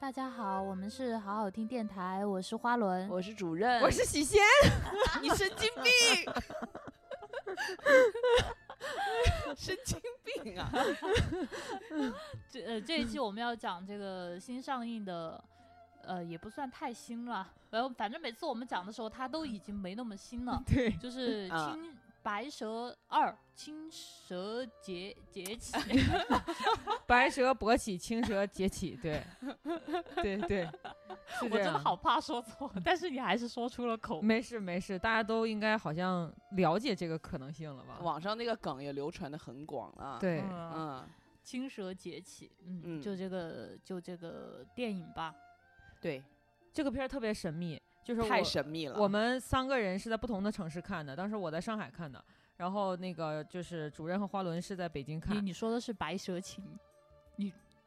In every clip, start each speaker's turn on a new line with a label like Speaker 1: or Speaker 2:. Speaker 1: 大家好，我们是好好听电台，我是花轮。
Speaker 2: 我是主任，
Speaker 3: 我是许仙，你神经 病，神经病啊！，
Speaker 1: 这呃这一期我们要讲这个新上映的，呃也不算太新了，然后反正每次我们讲的时候，它都已经没那么新了
Speaker 3: 对，
Speaker 1: 就是《
Speaker 3: 啊
Speaker 1: 青白蛇二》《青蛇劫 劫起》。
Speaker 3: 白蛇勃起，青蛇劫起，对，对对，是
Speaker 1: 我
Speaker 3: 这
Speaker 1: 真的
Speaker 3: 样。
Speaker 1: 好怕说错，但是你还是说出了口。
Speaker 3: 没事没事，大家都应该好像了解这个可能性了吧？
Speaker 2: 网上那个梗也流传的很广了。，
Speaker 3: 对，
Speaker 1: 嗯，
Speaker 2: 嗯，
Speaker 1: 青蛇劫起，嗯，
Speaker 2: 嗯
Speaker 1: 就这个就这个电影吧，
Speaker 2: 对，
Speaker 3: 这个片儿特别神秘，就是我
Speaker 2: 太神秘了。
Speaker 3: 我们三个人是在不同的城市看的，当时我在上海看的，然后那个就是主任和花轮是在北京
Speaker 1: 你
Speaker 3: 看。
Speaker 1: 你说的是白蛇情，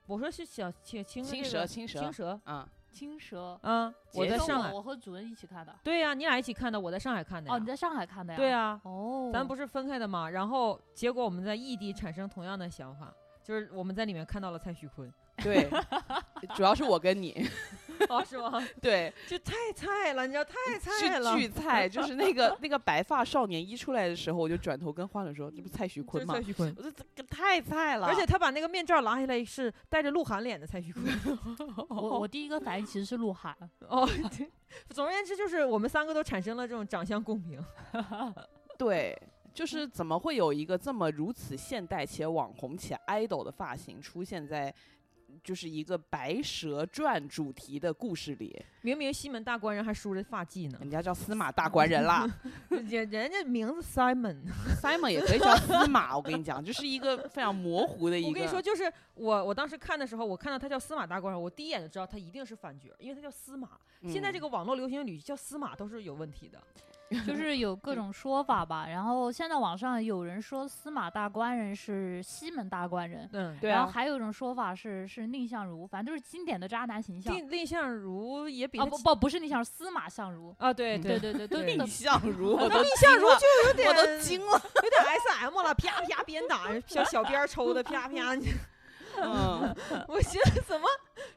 Speaker 3: 我说是小青青
Speaker 2: 青
Speaker 3: 这
Speaker 2: 蛇
Speaker 3: 个
Speaker 2: 青蛇
Speaker 3: 青蛇，
Speaker 2: 啊，
Speaker 1: 青蛇。
Speaker 3: 嗯，我在
Speaker 2: 节奏
Speaker 3: 上
Speaker 2: 嘛
Speaker 3: 海。
Speaker 1: 我和主任一起看的。
Speaker 3: 对呀、你俩一起看的，我在上海看的呀。
Speaker 1: 哦，你在上海看的呀？
Speaker 3: 对。啊，
Speaker 1: 哦，
Speaker 2: 嗯
Speaker 3: 咱不是分开的嘛，然后结果我们在异地产生同样的想法，就是我们在里面看到了蔡徐坤，
Speaker 2: 对， 主要是我跟你，
Speaker 3: 哦，是吗？
Speaker 2: 对，
Speaker 3: 就太菜了，你知道太菜了，
Speaker 2: 嗯是巨菜，就是那个那个白发少年一出来的时候，我就转头跟花轮说：“这不蔡徐
Speaker 3: 就
Speaker 2: 坤
Speaker 3: 是
Speaker 2: 吗
Speaker 3: 蔡徐坤？”
Speaker 2: 我。说：“这个太菜了。”
Speaker 3: 而且他把那个面罩拿下来是带着鹿晗脸的蔡 徐坤。
Speaker 1: 我我第一个反应其实是鹿 晗，
Speaker 3: 哦，对，总而言之就是我们三个都产生了这种长相共鸣。
Speaker 2: 对，就是怎么会有一个这么如此现代且网红且 idol 的发型出现在？就是一个《白蛇传》主题的故事里，
Speaker 3: 明明西门大官人还梳着发髻呢，
Speaker 2: 人家叫司马大官人啦
Speaker 3: 人人家名字 Simon。
Speaker 2: ，Simon 也可以叫司马。我跟你讲，就是一个非常模糊的一个。
Speaker 3: 我跟你说，，就是我我当时看的时候，我看到他叫司马大官人，我第一眼就知道他一定是反角，因为他叫司马。现在这
Speaker 2: 个
Speaker 3: 个网络流行语叫司马都是有问题的。
Speaker 1: 就是有各种说法吧。然后现在网上有人说司马大官人是西门大官人，
Speaker 3: 嗯，
Speaker 2: 对
Speaker 1: 然
Speaker 2: 啊
Speaker 1: 后，还有一种说法是是蔺相如，反正就是经典的渣男形象。
Speaker 3: 蔺蔺相如也比
Speaker 1: 啊
Speaker 3: 他
Speaker 1: 不不不是蔺相如，司马相 如。
Speaker 3: 啊，对
Speaker 2: 嗯
Speaker 1: 对
Speaker 3: 对，
Speaker 1: 对对，都
Speaker 3: 对
Speaker 1: 都
Speaker 2: 蔺 相如，我都
Speaker 3: 蔺相如
Speaker 2: 惊了
Speaker 3: 就有点
Speaker 2: 我都惊了。
Speaker 3: 有点 S M 了，啪啪鞭打，小小鞭儿抽 的啪啪，
Speaker 2: 嗯，
Speaker 3: 我寻思怎么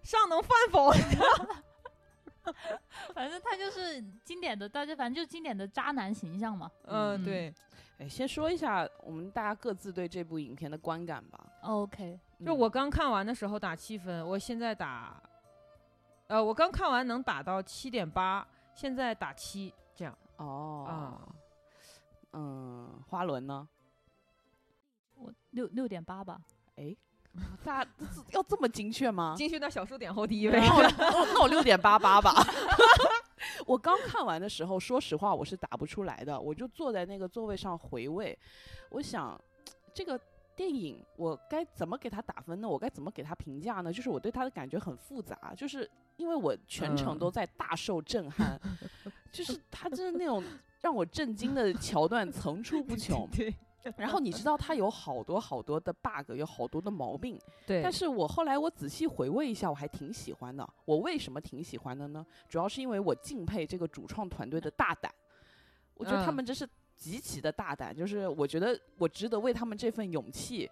Speaker 3: 上 能饭否？
Speaker 1: 反正他就是经典的，大家反正就经典的渣男形象嘛。
Speaker 3: 嗯，
Speaker 1: 嗯
Speaker 3: 对，
Speaker 2: 哎，先说一下我们大家各自对这部影片的观感吧。
Speaker 1: OK，
Speaker 3: 就
Speaker 2: 嗯
Speaker 3: 我刚看完的时候打七分，我现在打，呃，我刚看完能打到七点八，现在打七这样。
Speaker 2: 嗯
Speaker 3: 啊
Speaker 2: 哦，嗯，花轮呢？
Speaker 1: 我六六点八吧。
Speaker 2: 哎，大家这要这么精确吗？
Speaker 3: 精确到小数点后第一位，
Speaker 2: 那我 那我六点八八吧。 我刚看完的时候，说实话我是打不出来的，我就坐在那个座位上回味，我想这个电影我该怎么给它打分呢？我该怎么给它评价呢？就是我对它的感觉很复杂，就是因为我全程
Speaker 3: 嗯。
Speaker 2: 都在大受震 撼，就是它真的那种让我震惊的桥段层出 不穷
Speaker 3: 对
Speaker 2: 然后你知道它有好多好多的 bug，有好多的毛病，
Speaker 3: 对，
Speaker 2: 但是我后来我仔细回味一下，我还挺喜欢的。我为什么挺喜欢的呢？主要是因为我敬佩这个主创团队的大胆，我觉得他
Speaker 3: 嗯
Speaker 2: 们真是极其的大胆，就是我觉得我值得为他们这份勇气。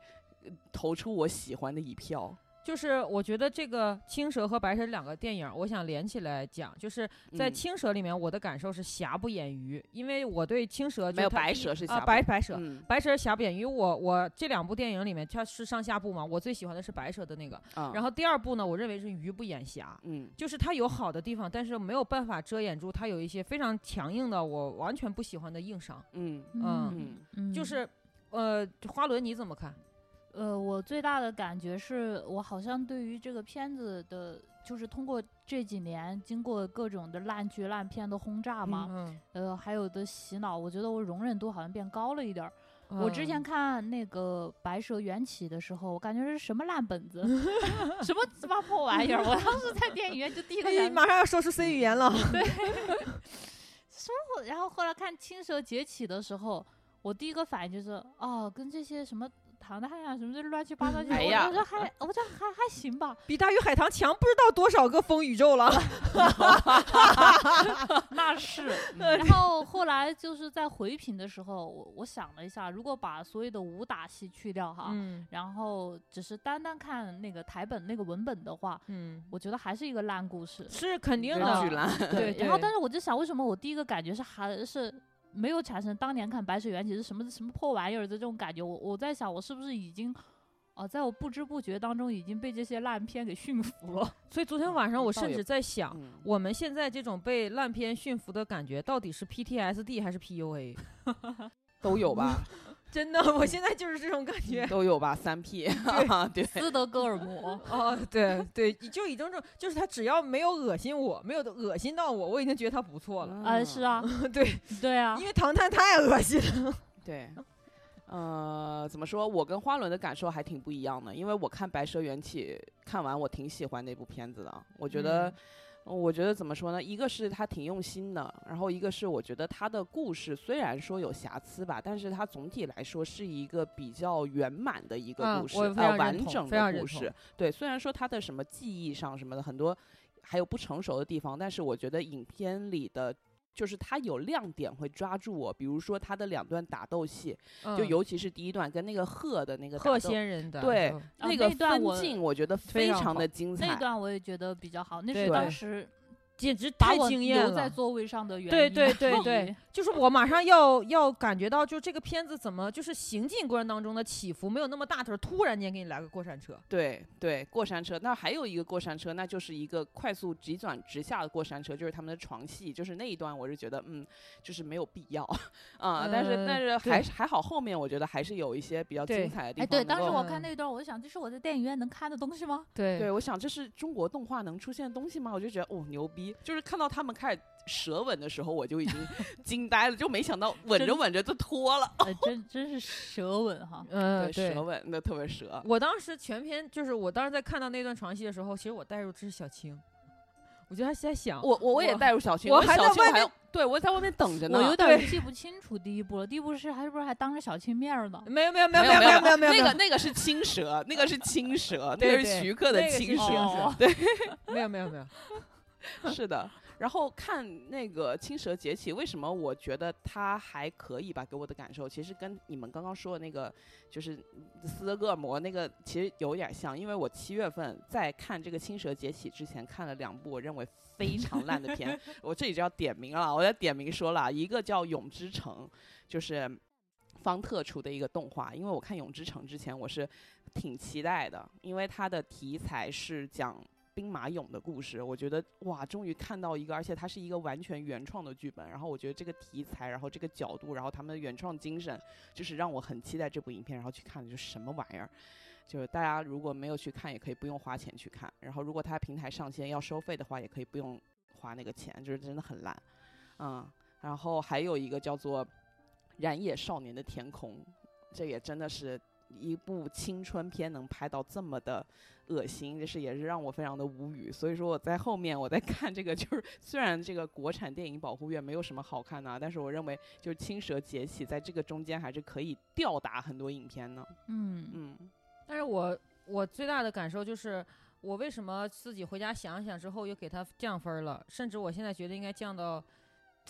Speaker 2: 呃投出我喜欢的一票，
Speaker 3: 就是我觉得这个《青蛇》和《白蛇》这两个电影，我想连起来讲，就是在《
Speaker 2: 嗯
Speaker 3: 青蛇》里面，我的感受是瑕不掩瑜，因为我对《青蛇》就
Speaker 2: 没有
Speaker 3: 它
Speaker 2: 白
Speaker 3: 第一
Speaker 2: 蛇是
Speaker 3: 啊
Speaker 2: 瑕，不
Speaker 3: 白白蛇。
Speaker 2: 嗯
Speaker 3: 白蛇瑕不掩瑜，我我这两部电影里面，它是上下部嘛，我最喜欢的是白蛇的那个，
Speaker 2: 啊，
Speaker 3: 然
Speaker 2: 后
Speaker 3: 后第二部呢，我认为是鱼不掩瑕，
Speaker 2: 嗯
Speaker 3: 就是它有好的地方，但是没有办法遮掩住它有一些非常强硬的，我完全不喜欢的硬伤，
Speaker 2: 嗯
Speaker 1: 嗯
Speaker 2: 嗯
Speaker 1: 嗯，
Speaker 3: 就是呃，花轮你怎么看？
Speaker 1: 呃，我最大的感觉是我好像对于这个片子的，就是通过这几年经过各种的烂剧、烂片的轰炸嘛，
Speaker 3: 嗯，
Speaker 1: 呃，还有的洗脑，我觉得我容忍度好像变高了一点儿。
Speaker 3: 嗯
Speaker 1: 我之前看那个《白蛇缘起》的时候，我感觉是什么烂本子， 什么鸡巴破玩意儿！我当时在电影院就第一个
Speaker 3: 哎
Speaker 1: 想
Speaker 3: 马上要说出 C 语言了，
Speaker 1: 后然后后来看《青蛇劫起》的时候，我第一个反应就是，哦，跟这些什么唐探呀、什么这乱七八糟，就
Speaker 2: 哎
Speaker 1: 是
Speaker 2: 呀
Speaker 1: 我觉得还我觉得还还行吧。
Speaker 3: 比大鱼海棠强不知道多少个风宇 宙了。
Speaker 1: 那是，
Speaker 2: 嗯
Speaker 1: 然后后来就是在回评的时候，我我想了一下，如果把所有的武打戏去掉哈，
Speaker 3: 嗯
Speaker 1: 然后只是单单看那个台本那个文本的话，
Speaker 3: 嗯，
Speaker 1: 我觉得还是一个烂故事。
Speaker 3: 是肯定
Speaker 1: 对
Speaker 3: 的
Speaker 2: 巨。烂，
Speaker 3: 对，
Speaker 1: 然后
Speaker 3: 对
Speaker 1: 但是我就想，为什么我第一个感觉是还是没有产生当年看《白蛇缘起》是什么什么破玩意儿的这种感觉？我我在想，我是不是已经啊、在我不知不觉当中已经被这些烂片给驯服 了？
Speaker 3: 所以昨天晚上我
Speaker 2: 倒
Speaker 3: 甚
Speaker 2: 也
Speaker 3: 至在想，
Speaker 2: 嗯
Speaker 3: 我们现在这种被烂片驯服的感觉，到底是 PTSD 还是 PUA？
Speaker 2: 都有吧，
Speaker 3: 真 的，我现在就是这种感觉。。
Speaker 2: 都有吧，三 P，对，
Speaker 1: 斯德哥尔摩
Speaker 3: 哦，对对，就已经这，就是他只要没有恶心我，没有恶心到我，我已经觉得他不错
Speaker 2: 嗯
Speaker 3: 了。
Speaker 1: 啊、是，啊，
Speaker 3: 对，
Speaker 1: 对啊
Speaker 3: 嗯因，为唐探太恶心了。
Speaker 2: 对，呃，怎么说？我跟花轮的感受还挺不一样的，因为我看《白蛇缘起》看完，我挺喜欢那部片子的。我觉得，我觉得怎么说呢？一个是他挺用心的，然后一个是我觉得他的故事虽然说有瑕疵吧，但是它总体来说是一个比较圆满的一个
Speaker 3: 嗯
Speaker 2: 故事，
Speaker 3: 我非
Speaker 2: 呃，
Speaker 3: 常认
Speaker 2: 完
Speaker 3: 同
Speaker 2: 整
Speaker 3: 非常
Speaker 2: 的
Speaker 3: 认
Speaker 2: 故
Speaker 3: 同
Speaker 2: 事。对，虽然说他的什么记忆上什么的很多还有不成熟的地方，但是我觉得影片里的就是他有亮点会抓住我，比如说他的两段打斗戏， 就
Speaker 3: 嗯
Speaker 2: 尤其是第一段跟那个鹤的那个打斗
Speaker 3: 贺仙人的
Speaker 2: 对
Speaker 3: 嗯
Speaker 1: 啊
Speaker 2: 那个
Speaker 1: 那段我
Speaker 2: 分镜，我觉得
Speaker 3: 非
Speaker 2: 非
Speaker 3: 常
Speaker 2: 常
Speaker 3: 好
Speaker 2: 的精彩。
Speaker 1: 那段我也觉得比较好，那
Speaker 3: 对
Speaker 1: 是当
Speaker 2: 对
Speaker 1: 时
Speaker 3: 简直
Speaker 1: 把
Speaker 3: 太
Speaker 1: 我
Speaker 3: 惊艳
Speaker 1: 留在
Speaker 3: 了。
Speaker 1: 座位上的原因。
Speaker 3: 对对 对 对，就是我马上要要感觉到，就这个片子怎么就是行进过程当中的起伏没有那么大，头突然间给你来个过山车，
Speaker 2: 对对，过山车。那还有一个过山车，那就是一个快速急转直下的过山车，就是他们的床戏，就是那一段，我是觉得嗯，就是没有必要啊、但是但
Speaker 3: 呃
Speaker 2: 是还是还好，后面我觉得还是有一些比较
Speaker 3: 对
Speaker 2: 精彩的地
Speaker 1: 哎
Speaker 2: 方。
Speaker 1: 对，当时
Speaker 2: 我
Speaker 1: 我看那段，我就想，这是我在电影院能看的东西吗？
Speaker 3: 对
Speaker 2: 对我想这是中国动画能出现的东西吗？我就觉得哦牛逼，就是看到他们开始。舌吻的时候我就已经惊呆了，就没想到吻着
Speaker 1: 真
Speaker 2: 吻着就脱了。
Speaker 1: 呃，真真是舌吻 哈。
Speaker 3: 嗯对
Speaker 2: 舌。吻那特别舌。
Speaker 3: 我当时全篇就是我当时在看到那段床戏的时候，其实我带入的是小青，我就还在想，
Speaker 2: 我我我也
Speaker 3: 我
Speaker 2: 带入小青，
Speaker 3: 我
Speaker 2: 小
Speaker 3: 还在
Speaker 2: 青
Speaker 3: 外
Speaker 2: 还
Speaker 3: 面
Speaker 2: 对我在外面等着呢。
Speaker 1: 我有
Speaker 3: 对
Speaker 1: 点记不清楚第一部了，第一部是还是不是还当着小青面儿呢？
Speaker 3: 没有没有没有
Speaker 2: 没有
Speaker 3: 没有
Speaker 2: 没
Speaker 3: 没有没有
Speaker 2: 那个那个是青蛇，那个是青蛇，那
Speaker 3: 对
Speaker 2: 个是
Speaker 3: 对
Speaker 2: 徐克
Speaker 3: 那
Speaker 2: 的
Speaker 3: 个是
Speaker 2: 青
Speaker 3: 青
Speaker 2: 蛇，
Speaker 1: 哦
Speaker 2: 对，
Speaker 3: 没有没有没 有，
Speaker 2: 是的。然后看那个《青蛇崛起》，为什么我觉得它还可以吧？给我的感受其实跟你们刚刚说的那个，就是斯德哥尔摩那个，其实有点像。因为我七月份在看这个《青蛇崛起》之前，看了两部我认为非常烂的 片，我这里就要点名了，我要点名说了，一个叫《永之城》，就是方特出的一个动画。因为我看《永之城》之前，我是挺期待的，因为它的题材是讲兵马俑的故事，我觉得哇，终于看到一个，而且它是一个完全原创的剧本。然后我觉得这个题材，然后这个角度，然后他们的原创精神，就是让我很期待这部影片。然后去看，就什么玩意儿？就是大家如果没有去看，也可以不用花钱去看。然后如果它平台上线要收费的话，也可以不用花那个钱，就是真的很烂，嗯。然后还有一个叫做《燃野少年的天空》，这也真的是一部青春片能拍到这么的恶心，这是也是让我非常的无语。所以说我在后面我在看这个， 就是虽然这个国产电影保护月没有什么好看的啊、但是我认为就是《青蛇崛起》在这个中间还是可以吊打很多影片呢。
Speaker 1: 嗯，
Speaker 2: 嗯，
Speaker 3: 但是我我最大的感受就是，我为什么自己回家想一想之后又给他降分儿了，甚至我现在觉得应该降到，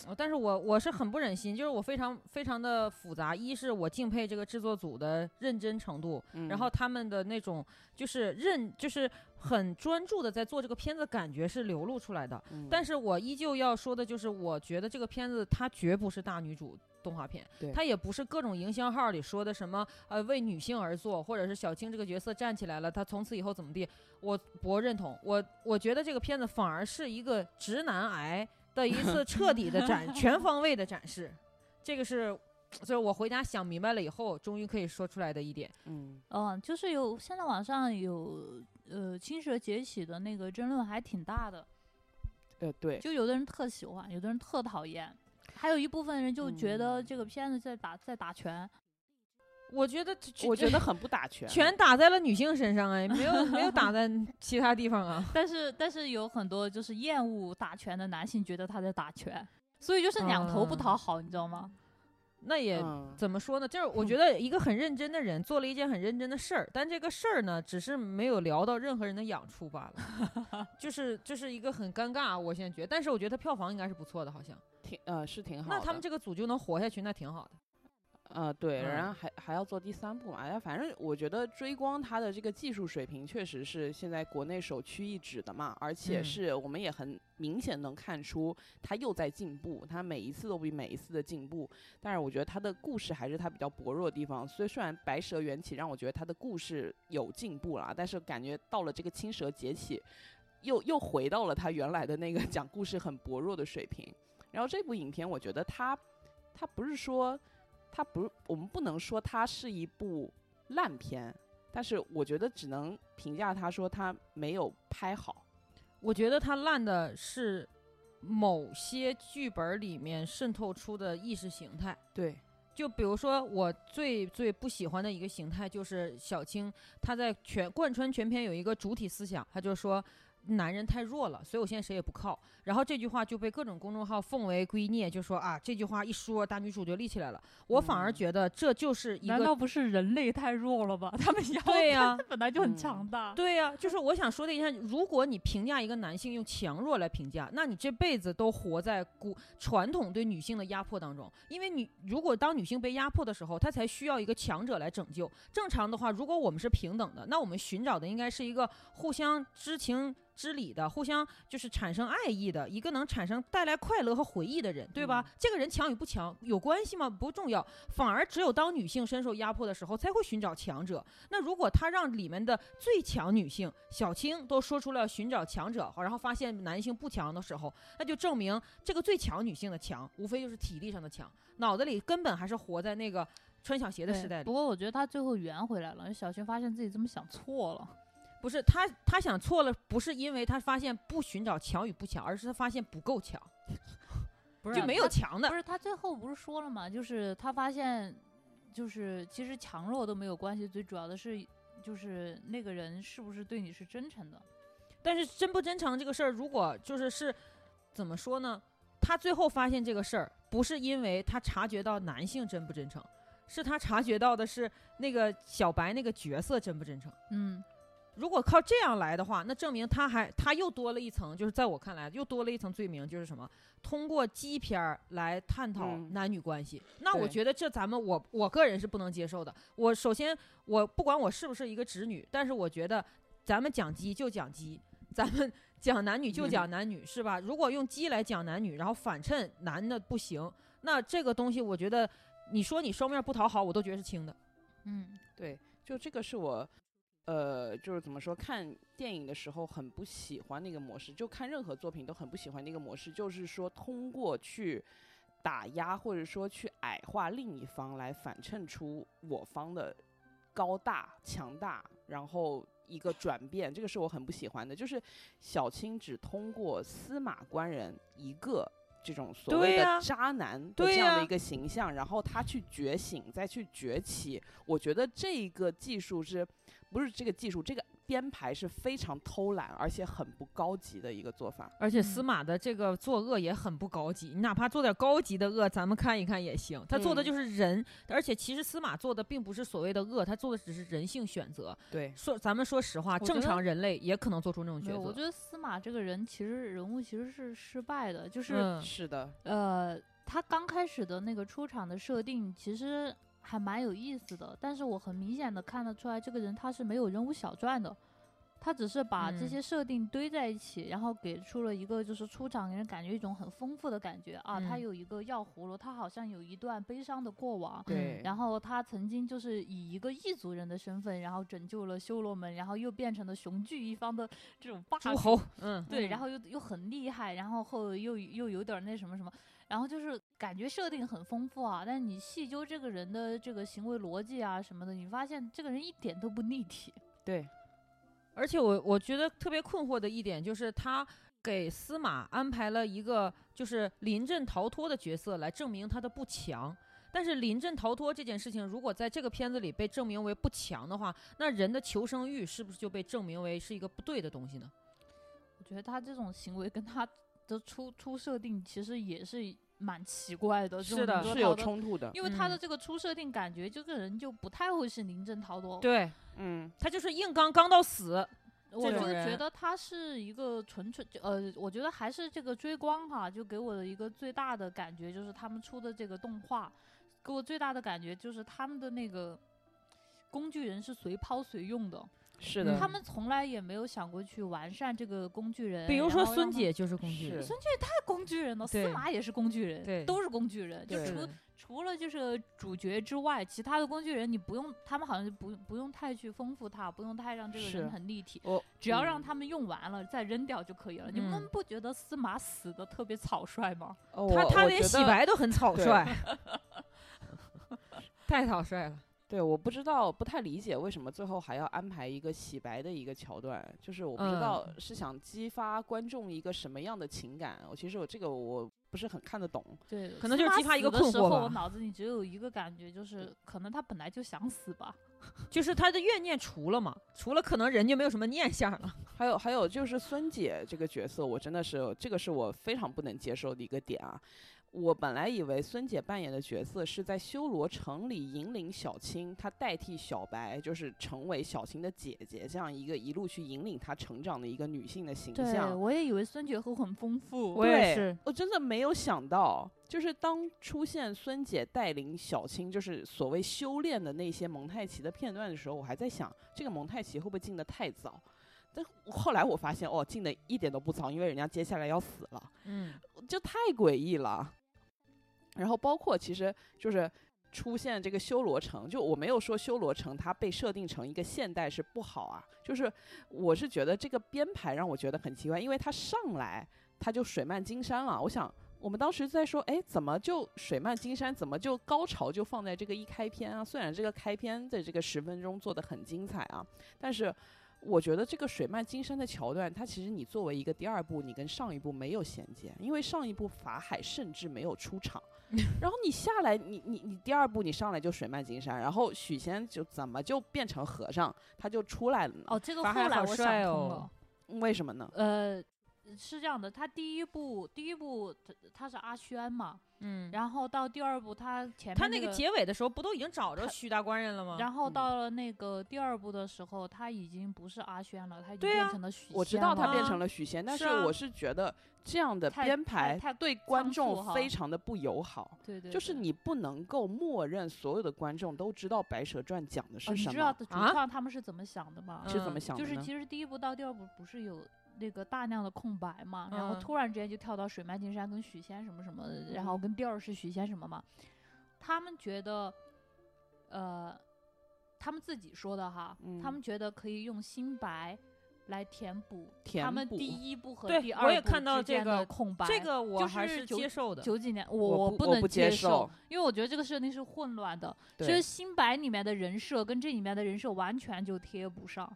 Speaker 3: 呃但是我我是很不忍心，就是我非常非常的复杂，一是我敬佩这个制作组的认真程度，
Speaker 2: 嗯
Speaker 3: 然后他们的那种就是认就是很专注的在做这个片子，感觉是流露出来的。
Speaker 2: 嗯，
Speaker 3: 但
Speaker 2: 是
Speaker 3: 是我依旧要说的就是，我觉得这个片子它绝不是大女主动画片
Speaker 2: 对，
Speaker 3: 它也不是各种营销号里说的什么呃为女性而做，或者是小青这个角色站起来了，她从此以后怎么地，我不认同。我我觉得这个片子反而是一个直男癌的一 次彻底的展，全方位的展示。这个是，所以我回家想明白了以后，终于可以说出来的一点。
Speaker 2: 嗯，
Speaker 1: 嗯，就是有现在网上有呃《青蛇崛起》的那个争论还挺大的，
Speaker 2: 呃，对，
Speaker 1: 就有的人特喜欢，有的人特讨厌，还有一部分人就觉得
Speaker 2: 嗯
Speaker 1: 这个片子在打在打拳。
Speaker 3: 我觉得，
Speaker 2: 我觉得。很不打拳，
Speaker 3: 全打在了女性身上哎，没有没有打在其他地方啊。
Speaker 1: 但是但是有很多就是厌恶打拳的男性觉得他在打拳，所以就是两头不
Speaker 3: 嗯
Speaker 1: 讨好，你知道吗？
Speaker 3: 那也
Speaker 2: 嗯
Speaker 3: 怎么说呢？就是我觉得一个很认真的人做了一件很认真的事儿，但这个事儿呢，只是没有聊到任何人的痒处罢了， 就是就是一个很尴尬。啊我现在觉得，但是我觉得它票房应该是不错的，好像。
Speaker 2: 挺呃是挺好的。
Speaker 3: 那他们这个组就能活下去，那挺好的。
Speaker 2: 呃对，
Speaker 3: 嗯
Speaker 2: 然后还还要做第三部嘛，哎呀，反正我觉得追光它的这个技术水平确实是现在国内首屈一指的嘛，而且
Speaker 3: 嗯
Speaker 2: 是我们也很明显能看出它又在进步，它每一次都比每一次的进步。但是我觉得它的故事还是它比较薄弱的地方，所以虽然《白蛇缘起》让我觉得它的故事有进步了，但是感觉到了这个《青蛇劫起》。又又回到了他原来的那个 讲故事很薄弱的水平。然后这部影片，我觉得它它不是说它不，我们不能说它是一部烂片，但是我觉得只能评价它说它没有拍好。
Speaker 3: 我觉得它烂的是某些剧本里面渗透出的意识形态。
Speaker 2: 对，
Speaker 3: 就比如说，我最最不喜欢的一个形态就是小青，她在全贯穿全篇有一个主体思想，她就说男人太弱了，所以我现在谁也不靠。然后这句话就被各种公众号奉为圭臬，就说啊这句话一说，大女主就立起来了。我反而
Speaker 2: 嗯
Speaker 3: 觉得这就是一
Speaker 1: 难
Speaker 3: 个
Speaker 1: 道不是人类太弱了吧？ 他们要
Speaker 3: 对呀、
Speaker 1: 本来就很
Speaker 2: 嗯
Speaker 1: 强大。
Speaker 3: 对呀、就是我想说的一下，如果你评价一个男性用强弱来评价，那你这辈子都活在古传统对女性的压迫当中。因为女如果当女性被压迫的时候，她才需要一个强者来拯救。正常的话，如果我们是平等的，那我们寻找的应该是一个互相知情。知理的，互相就是产生爱意的，一个能产生带来快乐和回忆的人，对吧？这个人强与不强有关系吗？不重要，反而只有当女性深受压迫的时候，才会寻找强者。那如果他让里面的最强女性小青都说出了寻找强者，然后发现男性不强的时候，那就证明这个最强女性的强，无非就是体力上的强，脑子里根本还是活在那个穿小鞋的时代里
Speaker 1: 不。过我觉得他最后圆回来了，小青发现自己这么想错了。
Speaker 3: 不是他，他想错了，不是因为他发现不寻找强与不强，而是他发现不够强，
Speaker 1: 不是啊
Speaker 3: 就没有
Speaker 1: 他
Speaker 3: 强的
Speaker 1: 不。是他最后不是说了嘛？就是他发现，就是其实强弱都没有关系，最主要的是就是那个人是不是对你是真诚的。
Speaker 3: 但是真不真诚这个事儿，如果就是是怎么说呢？他最后发现这个事儿，不是因为他察觉到男性真不真诚，是他察觉到的是那个小白那个角色真不真诚。
Speaker 1: 嗯，
Speaker 3: 如果靠这样来的话，那证明他还他又多了一层，就是在我看来又多了一层罪名，就是什么？通过基片儿来探讨
Speaker 2: 嗯
Speaker 3: 男女关系。那我
Speaker 2: 对
Speaker 3: 觉得这咱们我我个人是不能接受的。我首先我不管我是不是一个直女，但是我觉得咱们讲鸡就讲鸡，咱们讲男女就
Speaker 2: 嗯
Speaker 3: 讲男女，是吧？如果用鸡来讲男女，然后反衬男的不行，那这个东西我觉得你说你双面不讨好，我都觉得是轻的。
Speaker 1: 嗯，
Speaker 2: 对，就这个是我，呃，就是怎么说，看电影的时候很不喜欢那个模式，就看任何作品都很不喜欢那个模式，就是说通过去打压或者说去矮化另一方来反衬出我方的高大强大，然后。一个转变，这个是我很不喜欢的，就是小青只通过司马官人一个这种所谓
Speaker 3: 对
Speaker 2: 的
Speaker 3: 呀
Speaker 2: 渣男的
Speaker 3: 对
Speaker 2: 这样
Speaker 3: 呀
Speaker 2: 的一个形象，然后他去觉醒，再去崛起，我觉得这一个技术是不是这个技术这个编排是非常偷懒，而且很不高级的一个做法。
Speaker 3: 而且司
Speaker 1: 嗯
Speaker 3: 马的这个作恶也很不高级，你哪怕做点高级的恶，咱们看一看也行。他做的
Speaker 2: 嗯
Speaker 3: 就是人，而且其实司马做的并不是所谓的恶，他做的只是人性选择。
Speaker 2: 对，
Speaker 3: 说咱们说实话，
Speaker 1: 觉
Speaker 3: 正
Speaker 1: 得
Speaker 3: 常人类也可能做出那种
Speaker 1: 没有，我
Speaker 3: 抉
Speaker 1: 觉
Speaker 3: 择。
Speaker 1: 得司马这个人其实人物其实是失败的，就是、
Speaker 3: 嗯，
Speaker 2: 是的，
Speaker 1: 呃，他刚开始的那个出场的设定其实还蛮有意思的，但是我很明显的看得出来，这个人他是没有人物小传的，他只是把这
Speaker 3: 嗯
Speaker 1: 些设定堆在一起，然后给出了一个就是出场给人感觉一种很丰富的感觉啊，他
Speaker 3: 嗯
Speaker 1: 有一个药葫芦，他好像有一段悲伤的过往。
Speaker 2: 对，
Speaker 1: 然后他曾经就是以一个异族人的身份，然后拯救了修罗门，然后又变成了雄踞一方的这种霸
Speaker 3: 诸
Speaker 1: 主
Speaker 3: 侯，嗯，
Speaker 1: 啊对，
Speaker 2: 嗯
Speaker 1: 然后又又很厉害，然后后又又有点儿那什么什么，然后就是感觉设定很丰富啊，但是你细究这个人的这个行为逻辑啊什么的，你发现这个人一点都不立体。
Speaker 2: 对，
Speaker 3: 而且我我觉得特别困惑的一点就是，他给司马安排了一个就是临阵逃脱的角色来证明他的不强。但是临阵逃脱这件事情，如果在这个片子里被证明为不强的话，那人的求生欲是不是就被证明为是一个不对的东西呢？
Speaker 1: 我觉得他这种行为跟他的出出设定其实也是蛮奇怪的，
Speaker 3: 是
Speaker 1: 这种
Speaker 3: 的
Speaker 1: 宁泽
Speaker 2: 是有
Speaker 1: 嗯涛的，
Speaker 2: 冲突的，
Speaker 1: 因为他的
Speaker 3: 嗯
Speaker 1: 这个初设定感觉这个人就不太会是临阵逃脱。，
Speaker 3: 对
Speaker 2: 嗯，
Speaker 3: 他就是硬刚刚到死，
Speaker 1: 我
Speaker 3: 这
Speaker 1: 就
Speaker 3: 种人
Speaker 1: 觉得他是一个纯粹就呃，我觉得还是这个追光哈，就给我的一个最大的感觉就是他们出的这个动画，给我最大的感觉就是他们的那个工具人是随抛随用的，
Speaker 2: 是
Speaker 3: 嗯
Speaker 2: 的，
Speaker 1: 他们从来也没有想过去完善这个工具人。
Speaker 2: 哎
Speaker 3: 比如说
Speaker 1: 然后让
Speaker 3: 孙
Speaker 1: 他
Speaker 3: 姐就是工具
Speaker 2: 是
Speaker 3: 人，
Speaker 1: 孙俪太工具人了，司
Speaker 3: 对
Speaker 1: 马也是工具人，
Speaker 3: 对
Speaker 1: 都是工具人。就
Speaker 2: 对
Speaker 1: 除除了就是主角之外，其他的工具人你不用，他们好像就不不用太去丰富它，不用太让这个
Speaker 2: 是
Speaker 1: 人很立体，
Speaker 2: 我
Speaker 1: 只要让
Speaker 2: 嗯
Speaker 1: 他们用完了再扔掉就可以了。你
Speaker 3: 嗯
Speaker 1: 们不觉得司马死的特别草率吗？
Speaker 2: 哦
Speaker 3: 他
Speaker 2: 我
Speaker 3: 他
Speaker 2: 我
Speaker 3: 连
Speaker 2: 觉
Speaker 3: 洗
Speaker 2: 得
Speaker 3: 白都很草
Speaker 2: 对
Speaker 3: 率， 太草率了。
Speaker 2: 对，我不知道，不太理解为什么最后还要安排一个洗白的一个桥段，就是我不知
Speaker 3: 嗯
Speaker 2: 道是想激发观众一个什么样的情感。我其实我这个我不是很看得懂。
Speaker 1: 对，
Speaker 3: 可能就是
Speaker 1: 司马
Speaker 3: 激发一个
Speaker 1: 死的时
Speaker 3: 困惑吧
Speaker 1: 候我脑子里只有一个感觉，就是可能他本来就想死吧。
Speaker 3: 就是他的怨念除了嘛，除了可能人就没有什么念想了。
Speaker 2: 还有还有就是孙姐这个角色，我真的是这个是我非常不能接受的一个点啊。我本来以为孙姐扮演的角色是在修罗城里引领小青，她代替小白，就是成为小青的姐姐，这样一个一路去引领她成长的一个女性的形象。
Speaker 1: 我也以为孙觉和很丰富，
Speaker 3: 我也
Speaker 2: 对
Speaker 3: 是，
Speaker 2: 我真的没有想到，就是当出现孙姐带领小青，就是所谓修炼的那些蒙太奇的片段的时候，我还在想，这个蒙太奇会不会进的太早？但我后来我发现，哦，进的一点都不早，因为人家接下来要死了，
Speaker 3: 嗯，
Speaker 2: 就太诡异了。然后包括其实就是出现这个修罗城，就我没有说修罗城它被设定成一个现代是不好啊，就是我是觉得这个编排让我觉得很奇怪，因为它上来它就水漫金山了，我想。我们当时在说，哎，怎么就水漫金山？怎么就高潮就放在这个一开篇啊？虽然这个开篇的这个十分钟做的很精彩啊，但是我觉得这个水漫金山的桥段，它其实你作为一个第二部，你跟上一部没有衔接，因为上一部法海甚至没有出场。然后你下来，你你你第二部你上来就水漫金山，然后许仙就怎么就变成和尚，他就出来了呢？
Speaker 1: 哦，这个
Speaker 3: 法
Speaker 1: 后
Speaker 3: 海
Speaker 1: 来
Speaker 3: 好
Speaker 1: 我
Speaker 3: 帅
Speaker 1: 想
Speaker 3: 哦
Speaker 1: 通了。
Speaker 2: 为什么呢？
Speaker 1: 呃，是这样的，他第一部第一部他他是阿轩嘛，
Speaker 3: 嗯，
Speaker 1: 然后到第二部他前面、
Speaker 3: 他那
Speaker 1: 那
Speaker 3: 个结尾的时候不都已经找着徐大官人了吗？
Speaker 1: 然后
Speaker 2: 嗯
Speaker 1: 到了那个第二部的时候，他已经不是阿轩了，他已经
Speaker 3: 对啊
Speaker 1: 变成了许仙
Speaker 2: 我知道他变
Speaker 1: 了
Speaker 2: 成了许仙，但
Speaker 3: 是
Speaker 2: 是
Speaker 3: 啊
Speaker 2: 我是觉得这样的
Speaker 1: 太
Speaker 2: 编
Speaker 1: 太
Speaker 2: 排
Speaker 1: 太
Speaker 2: 对观众非常的不友好。
Speaker 1: 对对，
Speaker 2: 就是
Speaker 1: 对。
Speaker 2: 你不能够默认所有的观众都知道《白蛇传》讲的
Speaker 1: 哦，
Speaker 2: 是
Speaker 1: 你
Speaker 2: 什
Speaker 1: 知道
Speaker 2: 么，
Speaker 1: 主
Speaker 3: 啊
Speaker 1: 创他们是怎么想的吗？
Speaker 2: 是怎么
Speaker 3: 嗯
Speaker 2: 想的
Speaker 1: 就
Speaker 2: 呢？
Speaker 1: 是其实第一部到第二部不是有那个大量的空白嘛，然后
Speaker 3: 嗯
Speaker 1: 突然之间就跳到水漫金山跟许仙什么什么，然后跟第二是许仙什么嘛，他们觉得，呃，他们自己说的哈，他
Speaker 2: 嗯
Speaker 1: 们觉得可以用新白。来填补
Speaker 2: 填
Speaker 1: 他们
Speaker 2: 补
Speaker 1: 第一部和
Speaker 3: 对
Speaker 1: 第
Speaker 3: 我
Speaker 1: 二
Speaker 3: 也
Speaker 1: 部
Speaker 3: 看
Speaker 1: 之
Speaker 3: 到
Speaker 1: 间
Speaker 3: 这个
Speaker 1: 的空白。
Speaker 3: 这个我
Speaker 1: 就
Speaker 3: 还
Speaker 1: 是
Speaker 3: 是
Speaker 1: 九
Speaker 3: 接受的。
Speaker 1: 九几年我
Speaker 2: 我不
Speaker 1: 不
Speaker 2: 我
Speaker 1: 能
Speaker 2: 不接受
Speaker 1: 受，因为我觉得这个设定是混乱的，就
Speaker 2: 对
Speaker 1: 是新白里面的人设跟这里面的人设完全就贴不上。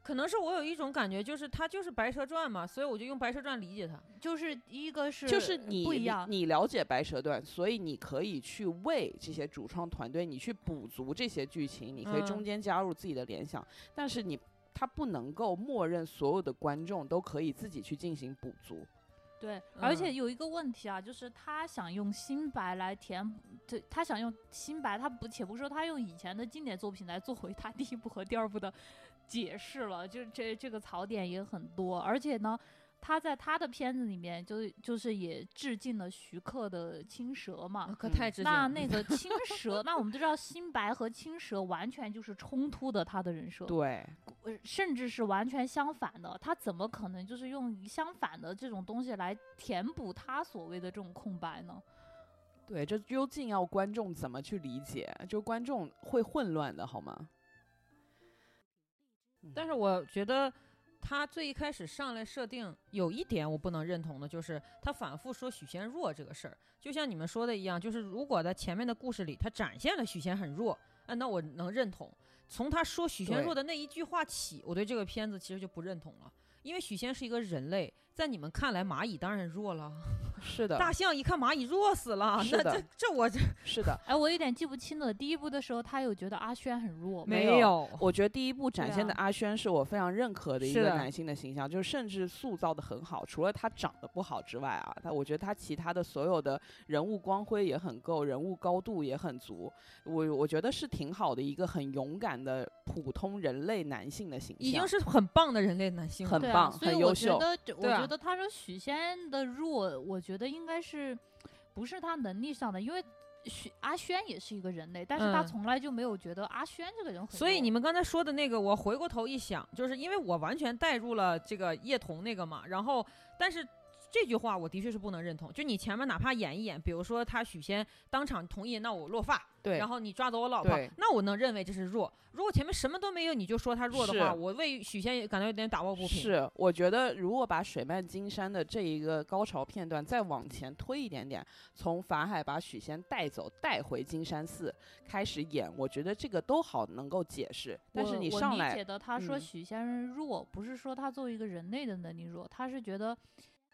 Speaker 3: 可能是我有一种感觉，就是它就是《白蛇传》嘛，所以我就用《白蛇传》理解它。
Speaker 1: 就是一个是
Speaker 2: 就是你
Speaker 1: 不一
Speaker 2: 你
Speaker 1: 样，
Speaker 2: 你了解《白蛇传》，所以你可以去为这些主创团队，你去补足这些剧情，你可以
Speaker 3: 嗯
Speaker 2: 中间加入自己的联想，但是你他不能够默认所有的观众都可以自己去进行补足。
Speaker 1: 对，而且
Speaker 3: 嗯
Speaker 1: 有一个问题啊，就是他想用新白来填补，对他想用新白，他不且不说他用以前的经典作品来作为他第一部和第二部的解释了，就是这这个槽点也很多，而且呢。他在他的片子里面就就是也致敬了徐克的《青蛇》嘛，
Speaker 3: 可
Speaker 2: 嗯
Speaker 3: 太直接
Speaker 1: 那
Speaker 3: 了。
Speaker 1: 那个青蛇，那我们都知道新白和青蛇完全就是冲突的，他的人设，
Speaker 2: 对，
Speaker 1: 呃甚至是完全相反的。他怎么可能就是用相反的这种东西来填补他所谓的这种空白呢？
Speaker 2: 对，这究竟要观众怎么去理解？就观众会混乱的好吗？嗯
Speaker 3: 但是我觉得他最一开始上来设定有一点我不能认同的，就是他反复说许仙弱这个事儿，就像你们说的一样，就是如果在前面的故事里他展现了许仙很弱，啊，那我能认同。从他说许仙
Speaker 2: 对
Speaker 3: 弱的那一句话起，我对这个片子其实就不认同了，因为许仙是一个人类，在你们看来，蚂蚁当然弱了。
Speaker 2: 是的，
Speaker 3: 大象一看蚂蚁弱死了，
Speaker 2: 是
Speaker 3: 那
Speaker 2: 的
Speaker 3: 这这我这
Speaker 2: 是的。
Speaker 1: 哎，我有点记不清了。第一部的时候，他有觉得阿轩很弱吗，
Speaker 2: 没有
Speaker 3: 有，
Speaker 2: 我觉得第一部展
Speaker 1: 对
Speaker 2: 现的
Speaker 1: 啊
Speaker 2: 阿轩是我非常认可的一
Speaker 3: 是
Speaker 2: 个
Speaker 3: 的
Speaker 2: 男性的形象，就是甚至塑造的很好。除了他长得不好之外啊，他我觉得他其他的所有的人物光辉也很够，人物高度也很足。我我觉得是挺好的一个很勇敢的普通人类男性的形象，
Speaker 3: 已经是很棒的人类男性了。
Speaker 2: 很
Speaker 1: 对啊，
Speaker 2: 棒
Speaker 1: 所以
Speaker 2: 很
Speaker 1: 我
Speaker 2: 优
Speaker 1: 觉
Speaker 2: 秀
Speaker 1: 得这，我
Speaker 3: 对啊
Speaker 1: 觉得他说许仙的弱，我觉得应该是不是他能力上的，因为许阿轩也是一个人类，但是他
Speaker 3: 嗯
Speaker 1: 从来就没有觉得阿轩这个人很弱。
Speaker 3: 所以你们刚才说的那个，我回过头一想，就是因为我完全带入了这个叶童那个嘛，然后但是。这句话我的确是不能认同，就你前面哪怕演一演，比如说他许仙当场同意，那我落发，
Speaker 2: 对
Speaker 3: 然后你抓走我老婆
Speaker 2: 对，
Speaker 3: 那我能认为这是弱。如果前面什么都没有，你就说他弱的话，
Speaker 2: 是
Speaker 3: 我为许仙也感到有点打抱不平。
Speaker 2: 是，我觉得如果把水漫金山的这一个高潮片段再往前推一点点，从法海把许仙带走，带回金山寺开始演，我觉得这个都好能够解释。但是
Speaker 1: 我
Speaker 2: 你
Speaker 1: 我
Speaker 2: 上
Speaker 1: 理
Speaker 2: 来
Speaker 1: 解的，他说
Speaker 2: 嗯
Speaker 1: 许仙弱，不是说他作为一个人类的能力弱，他是觉得。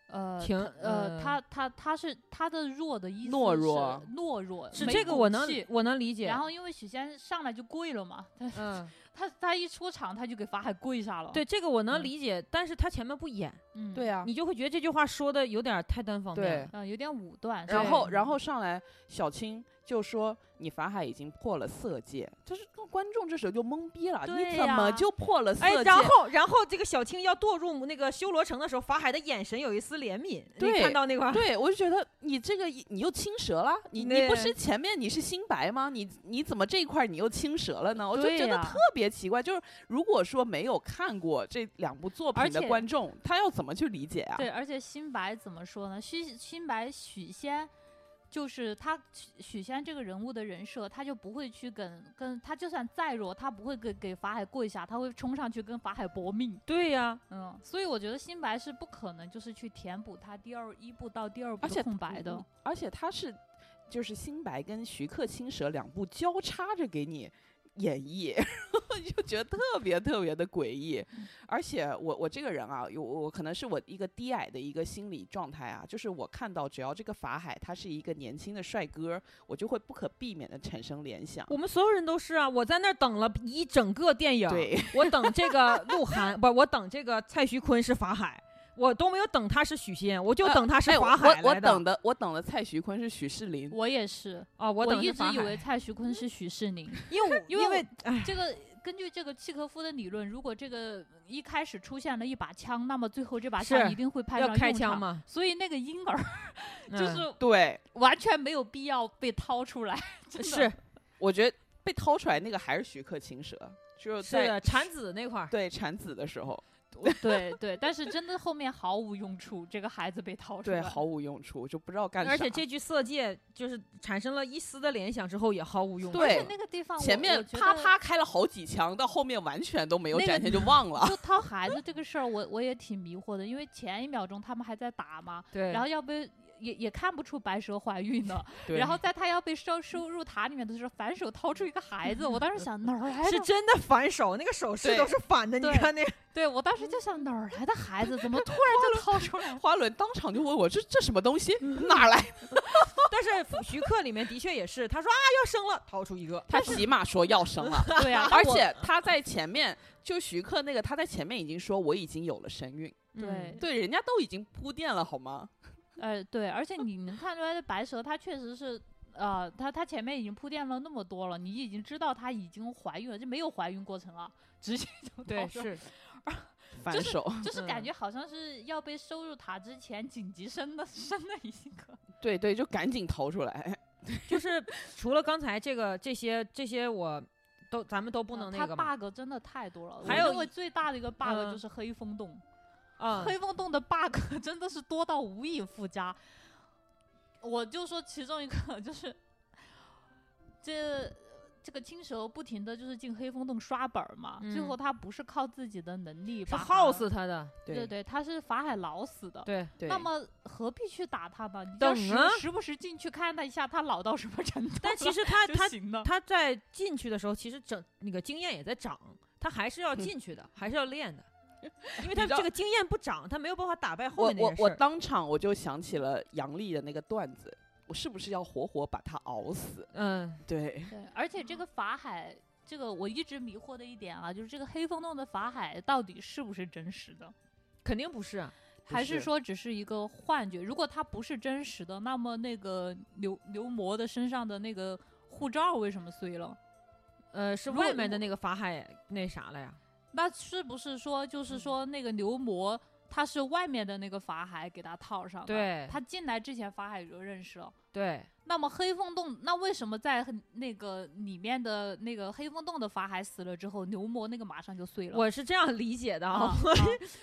Speaker 1: 呃，
Speaker 3: 挺
Speaker 1: 他呃，
Speaker 3: 呃
Speaker 1: 他他他是他的弱的意思
Speaker 2: 懦
Speaker 1: 是
Speaker 2: 弱
Speaker 1: 懦弱
Speaker 3: 是
Speaker 1: 没
Speaker 3: 这个
Speaker 1: 骨
Speaker 3: 我能
Speaker 1: 气
Speaker 3: 我能理解。
Speaker 1: 然后因为许仙上来就跪了嘛，他
Speaker 3: 嗯，
Speaker 1: 他他一出场他就给法海跪下了。
Speaker 3: 对，这个我能
Speaker 1: 嗯
Speaker 3: 理解，但是他前面不演，
Speaker 1: 嗯，
Speaker 2: 对啊，
Speaker 3: 你就会觉得这句话说的有点太单方面
Speaker 2: 对
Speaker 3: 了。，
Speaker 1: 嗯，有点武断。嗯
Speaker 2: 然
Speaker 1: 是
Speaker 2: 后
Speaker 1: 吧
Speaker 2: 然后上来小青就说你法海已经破了色戒，就是观众这时候就懵逼了，
Speaker 1: 对
Speaker 2: 你怎么
Speaker 1: 呀
Speaker 2: 就破了色戒？
Speaker 3: 哎，然后然后这个小青要堕入那个修罗城的时候，法海的眼神有一丝怜悯，你
Speaker 2: 对
Speaker 3: 看到那 块儿。
Speaker 2: 对，我就觉得你这个一你又青蛇了，你你不
Speaker 3: 对
Speaker 2: 是前面你是新白吗？你你怎么这一块儿你又青蛇了呢？我就
Speaker 1: 对
Speaker 2: 觉得
Speaker 1: 呀
Speaker 2: 特别奇怪。就是如果说没有看过这两部作
Speaker 1: 而
Speaker 2: 品的
Speaker 1: 且
Speaker 2: 观众，他要怎么去理解啊？
Speaker 1: 对，而且新白怎么说呢？许新白许仙，就是他许许仙这个人物的人设，他就不会去跟跟他就算再弱，他不会给给法海跪下，他会冲上去跟法海搏命。
Speaker 3: 对呀、
Speaker 1: 嗯，所以我觉得新白是不可能就是去填补他第二一部到第二部
Speaker 2: 而且
Speaker 1: 的空白的
Speaker 2: 嗯。而且他是就是新白跟徐克青蛇两部交叉着给你演绎， 就觉得特别特别的诡异。
Speaker 3: 嗯
Speaker 2: 而且我我这个人啊，有我可能是我一个低矮的一个心理状态啊，就是我看到只要这个法海他是一个年轻的帅哥，我就会不可避免的产生联想。
Speaker 3: 我们所有人都是啊！我在那儿等了一整个电影，
Speaker 2: 对，
Speaker 3: 我等这个鹿晗， 不，我等这个蔡徐坤是法海，我都没有等他是许仙，我就
Speaker 2: 呃
Speaker 3: 等他 是
Speaker 2: 哎
Speaker 3: 法
Speaker 2: 我
Speaker 3: 海来的。
Speaker 2: 我我等的我等的蔡徐坤是许世林，
Speaker 1: 我也是，
Speaker 3: 啊，我
Speaker 1: 我
Speaker 3: 等
Speaker 1: 一
Speaker 3: 是
Speaker 1: 直
Speaker 3: 法
Speaker 1: 以
Speaker 3: 海
Speaker 1: 为，蔡徐坤是许世 宁。
Speaker 3: 因为我
Speaker 1: 因为
Speaker 3: 因为哎，
Speaker 1: 这个根据这个契诃夫的理论，如果这个一开始出现了一把枪，那么最后这把枪
Speaker 3: 是
Speaker 1: 一定会派上
Speaker 3: 要
Speaker 1: 用
Speaker 3: 开
Speaker 1: 场
Speaker 3: 枪？嘛，
Speaker 1: 所以那个婴儿就
Speaker 3: 嗯
Speaker 1: 是
Speaker 2: 对
Speaker 1: 完全没有必要被掏出来， 真的
Speaker 3: 是
Speaker 2: 我觉得被掏出来那个还是徐克青蛇，就是
Speaker 3: 是啊
Speaker 2: 在
Speaker 3: 的产子那块儿，
Speaker 2: 对产子的时候。
Speaker 1: 对对，但是真的后面毫无用处，这个孩子被 掏出来，
Speaker 2: 对，毫无用处，我就不知道干啥。
Speaker 3: 而且这句色戒就是产生了一丝的联想之后也毫无用。
Speaker 1: 而且
Speaker 2: 对
Speaker 1: 那个地方我
Speaker 2: 前面
Speaker 1: 我觉
Speaker 2: 啪
Speaker 1: 得
Speaker 2: 啪开了好几枪，到后面完全都没有
Speaker 1: 那个
Speaker 2: 展现，就 忘了。
Speaker 1: 就掏孩子这个事儿，我我也挺迷惑的，因为前一秒钟他们还在打嘛，
Speaker 3: 对
Speaker 1: 然后要不也也看不出白蛇怀孕的，
Speaker 2: 对
Speaker 1: 然后在他要被收收入塔里面的时候，反手掏出一个孩子，我当时想哪儿 来
Speaker 3: 是
Speaker 1: 的？
Speaker 3: 真的反手，那个手势
Speaker 2: 对
Speaker 3: 都是反的。你
Speaker 1: 对
Speaker 3: 看那，
Speaker 1: 对我当时就想哪儿来的孩子，怎么突然 就掏出来了？
Speaker 2: 花轮当场就问我这这什么东西，哪儿来？
Speaker 3: 但是徐克里面的确也是，他说啊要生了，掏出一 个，
Speaker 2: 他起码说要生了，
Speaker 1: 对啊 呀、
Speaker 2: 而且他在前面就徐克那个他在前面已经说我已经有了身孕，
Speaker 1: 对
Speaker 3: 嗯
Speaker 2: 对，人家都已经铺垫了好吗？
Speaker 1: 呃，对，而且你能看出来，这白蛇她确实是，呃，她她前面已经铺垫了那么多了，你已经知道她已经怀孕了，就没有怀孕过程了，直接就
Speaker 3: 对
Speaker 1: 掏出来，
Speaker 3: 是，
Speaker 2: 反手，
Speaker 1: 就是感
Speaker 3: 嗯
Speaker 1: 觉好像是要被收入塔之前紧急生的生的一个，
Speaker 2: 对对，就赶紧掏出来。
Speaker 3: 就是除了刚才这个这些这些我都咱们都不能那个
Speaker 1: 嗯
Speaker 3: 嘛，
Speaker 1: 他 bug 真的太多了，
Speaker 3: 还
Speaker 1: 我
Speaker 3: 有
Speaker 1: 认为
Speaker 3: 一
Speaker 1: 最大的一个 bug 就
Speaker 3: 嗯
Speaker 1: 是黑风洞。
Speaker 3: 啊
Speaker 1: 黑风洞的 bug 真的是多到无以复加。我就说其中一个 就是，这这个青蛇不停的就是进黑风洞刷本儿嘛，最
Speaker 3: 嗯
Speaker 1: 后他不是靠自己的能力
Speaker 3: 是
Speaker 1: 把他
Speaker 3: 耗死他的，
Speaker 1: 对
Speaker 2: 对
Speaker 1: 对，他是法海老死的。
Speaker 3: 对，
Speaker 2: 对
Speaker 1: 那么何必去打他吧？你就
Speaker 3: 等
Speaker 1: 时
Speaker 3: 啊
Speaker 1: 时不时进去看他一下，他老到什么程度？
Speaker 3: 但其实他
Speaker 1: 就
Speaker 3: 他
Speaker 1: 行了。
Speaker 3: 他 在进去的时候，其实整那个经验也在涨，他还是要进去的，还是要练的。因为
Speaker 2: 你
Speaker 3: 他
Speaker 2: 知道
Speaker 3: 这个经验不长，他没有办法打败后
Speaker 2: 我
Speaker 3: 面那
Speaker 2: 我
Speaker 3: 个事
Speaker 2: 我
Speaker 3: 儿。
Speaker 2: 当场我就想起了杨笠的那个段子，我是不是要活活把他熬死？
Speaker 3: 嗯，
Speaker 2: 对，
Speaker 1: 对，而且这个法海，这个我一直迷惑的一点啊，就是这个黑风洞的法海到底是不是真实的，
Speaker 3: 肯定不是啊。
Speaker 2: 不
Speaker 1: 还是
Speaker 2: 是
Speaker 1: 说只是一个幻觉？如果它不是真实的，那么那个牛牛魔的身上的那个护照为什么碎了？
Speaker 3: 呃，是
Speaker 1: 如果
Speaker 3: 外面的那个法海那啥了呀？
Speaker 1: 那是不是说
Speaker 3: 嗯
Speaker 1: 就是说那个牛魔他是外面的那个法海给他套上的？
Speaker 3: 对
Speaker 1: 他进来之前法海就认识了。
Speaker 3: 对，
Speaker 1: 那么黑风洞，那为什么在很那个里面的那个黑风洞的法海死了之后，牛魔那个马上就碎了？
Speaker 3: 我是这样理解的
Speaker 1: 啊
Speaker 3: 啊。
Speaker 1: 啊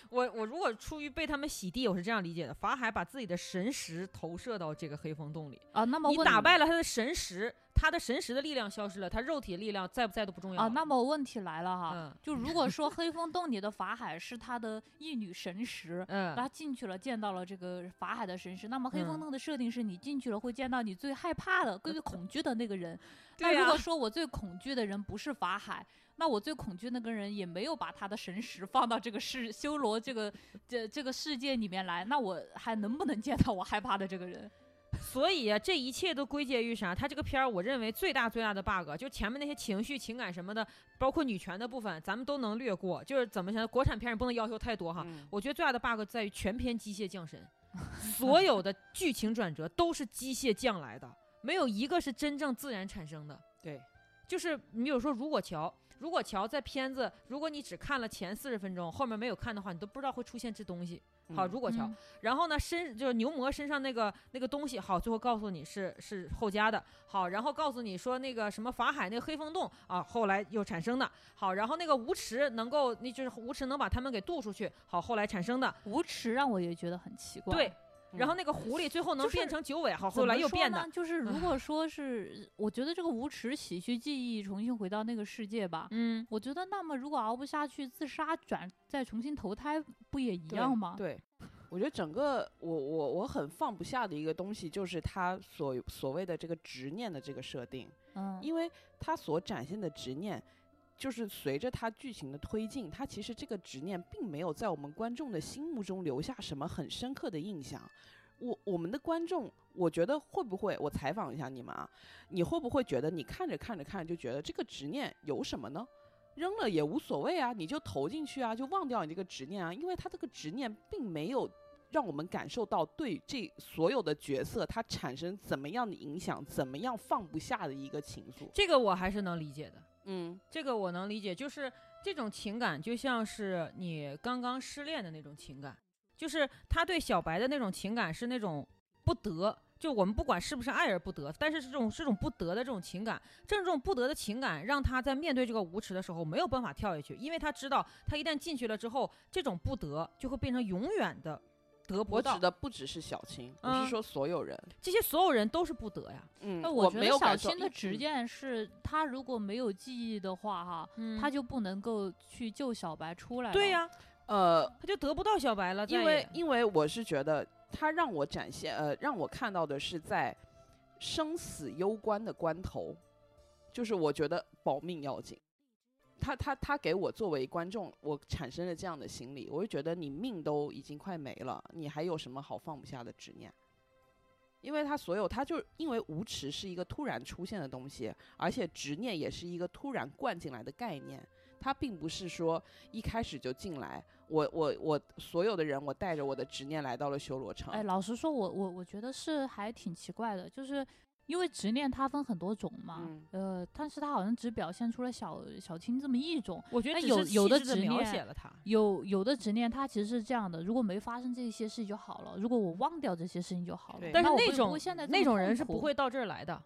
Speaker 3: 我我如果出于被他们洗地，我是这样理解的：法海把自己的神识投射到这个黑风洞里，
Speaker 1: 啊，那么
Speaker 3: 你
Speaker 1: 问
Speaker 3: 打败了他的神识，他的神识的力量消失了，他肉体的力量在不在都不重要
Speaker 1: 啊，
Speaker 3: 了
Speaker 1: 那么问题来了哈，
Speaker 3: 嗯。
Speaker 1: 就如果说黑风洞里的法海是他的一女神识
Speaker 3: 嗯，
Speaker 1: 他进去了，见到了这个法海的神识。那么黑风
Speaker 3: 嗯呃
Speaker 1: 洞的设定是你进去了会见到你最害怕的、最恐惧的那个 人。
Speaker 3: 对
Speaker 1: 那如
Speaker 3: 啊
Speaker 1: 果说我最恐惧的人不是法海，那我最恐惧那个人也没有把他的神识放到这个世修罗这个这这个世界里面来，那我还能不能见到我害怕的这个人？
Speaker 3: 所以啊，这一切都归结于啥？他这个片儿，我认为最大最大的 bug 就前面那些情绪、情感什么的，包括女权的部分，咱们都能略过。就是怎么想，国产片儿也不能要求太多哈。
Speaker 2: 嗯
Speaker 3: 我觉得最大的 bug 在于全篇机械降神，所有的剧情转折都是机械降来的，没有一个是真正自然产生的。
Speaker 2: 对，
Speaker 3: 就是你比如说，如果乔，如果乔在片子，如果你只看了前四十分钟，后面没有看的话，你都不知道会出现这东西。好，
Speaker 2: 嗯
Speaker 3: 如果乔，
Speaker 1: 嗯
Speaker 3: 然后呢，身就是牛魔身上那个那个东西，好，最后告诉你是是后加的，好，然后告诉你说那个什么法海那个黑风洞啊，后来又产生的，好，然后那个无池能够，那就是无池能把他们给渡出去，好，后来产生的，
Speaker 1: 无耻让我也觉得很奇怪。
Speaker 3: 对，然后
Speaker 2: 嗯
Speaker 3: 那个狐狸最后能
Speaker 1: 就是
Speaker 3: 变成九尾，好，
Speaker 1: 怎
Speaker 3: 后来
Speaker 1: 么
Speaker 3: 又
Speaker 1: 说
Speaker 3: 变
Speaker 1: 呢
Speaker 3: 的，
Speaker 1: 就是如
Speaker 3: 唉
Speaker 1: 果说是，我觉得这个无耻洗去记忆，重新回到那个世界吧。
Speaker 3: 嗯，
Speaker 1: 我觉得，那么如果熬不下去，自杀转再重新投胎，不也一
Speaker 2: 对
Speaker 1: 样吗？
Speaker 2: 对，我觉得整个我我我很放不下的一个东西，就是他所所谓的这个执念的这个设定，
Speaker 1: 嗯，
Speaker 2: 因为他所展现的执念。就是随着他剧情的推进，他其实这个执念并没有在我们观众的心目中留下什么很深刻的印象。我我们的观众，我觉得会不会，我采访一下你们啊，你会不会觉得你看着看着看着就觉得这个执念有什么呢？扔了也无所谓啊，你就投进去啊，就忘掉你这个执念啊，因为他这个执念并没有让我们感受到对这所有的角色他产生怎么样的影响，怎么样放不下的一个情愫。
Speaker 3: 这个我还是能理解的，
Speaker 2: 嗯，
Speaker 3: 这个我能理解，就是这种情感就像是你刚刚失恋的那种情感，就是他对小白的那种情感是那种不得，就我们不管是不是爱而不得，但是这种这种不得的这种情感，正是这种不得的情感，让他在面对这个无耻的时候没有办法跳下去，因为他知道他一旦进去了之后，这种不得就会变成永远的得不
Speaker 2: 我
Speaker 3: 到
Speaker 2: 指。的不只是小青，我
Speaker 3: 嗯
Speaker 2: 是说所有人。
Speaker 3: 这些所有人都是不得呀，
Speaker 2: 嗯，
Speaker 1: 那
Speaker 2: 我
Speaker 1: 觉
Speaker 2: 没
Speaker 1: 得
Speaker 2: 有
Speaker 1: 小
Speaker 2: 感受
Speaker 1: 青的
Speaker 2: 嗯
Speaker 1: 执念是，他如果没有记忆的话，哈，
Speaker 3: 嗯
Speaker 1: 他就不能够去救小白出来。
Speaker 3: 对、呀、
Speaker 2: 呃，
Speaker 3: 他就得不到小白了，再
Speaker 2: 因为
Speaker 3: 也
Speaker 2: 因为我是觉得他让我展现呃，让我看到的是在生死攸关的关头，就是我觉得保命要紧。他他他给我作为观众，我产生了这样的心理，我就觉得你命都已经快没了，你还有什么好放不下的执念？因为他所有，他就因为无耻是一个突然出现的东西，而且执念也是一个突然灌进来的概念，它并不是说一开始就进来，我我我所有的人，我带着我的执念来到了修罗城。
Speaker 1: 哎，老实说我，我我觉得是还挺奇怪的，就是因为执念它分很多种嘛，
Speaker 2: 嗯
Speaker 1: 呃，但是它好像只表现出了小小青这么一种。
Speaker 3: 我觉得
Speaker 1: 哎
Speaker 3: 只
Speaker 1: 有
Speaker 3: 是
Speaker 1: 有
Speaker 3: 细
Speaker 1: 的
Speaker 3: 致地
Speaker 1: 执
Speaker 3: 描
Speaker 1: 念
Speaker 3: 写了他，
Speaker 1: 有有的执念，它其实是这样的：如果没发生这些事情就好了，如果我忘掉这些事情就好了
Speaker 2: 对。
Speaker 3: 但是
Speaker 1: 那我
Speaker 3: 那
Speaker 1: 不
Speaker 3: 种
Speaker 1: 不会现在这
Speaker 3: 那
Speaker 1: 么
Speaker 3: 种人
Speaker 1: 痛
Speaker 3: 是不
Speaker 1: 苦
Speaker 3: 会到这儿来的。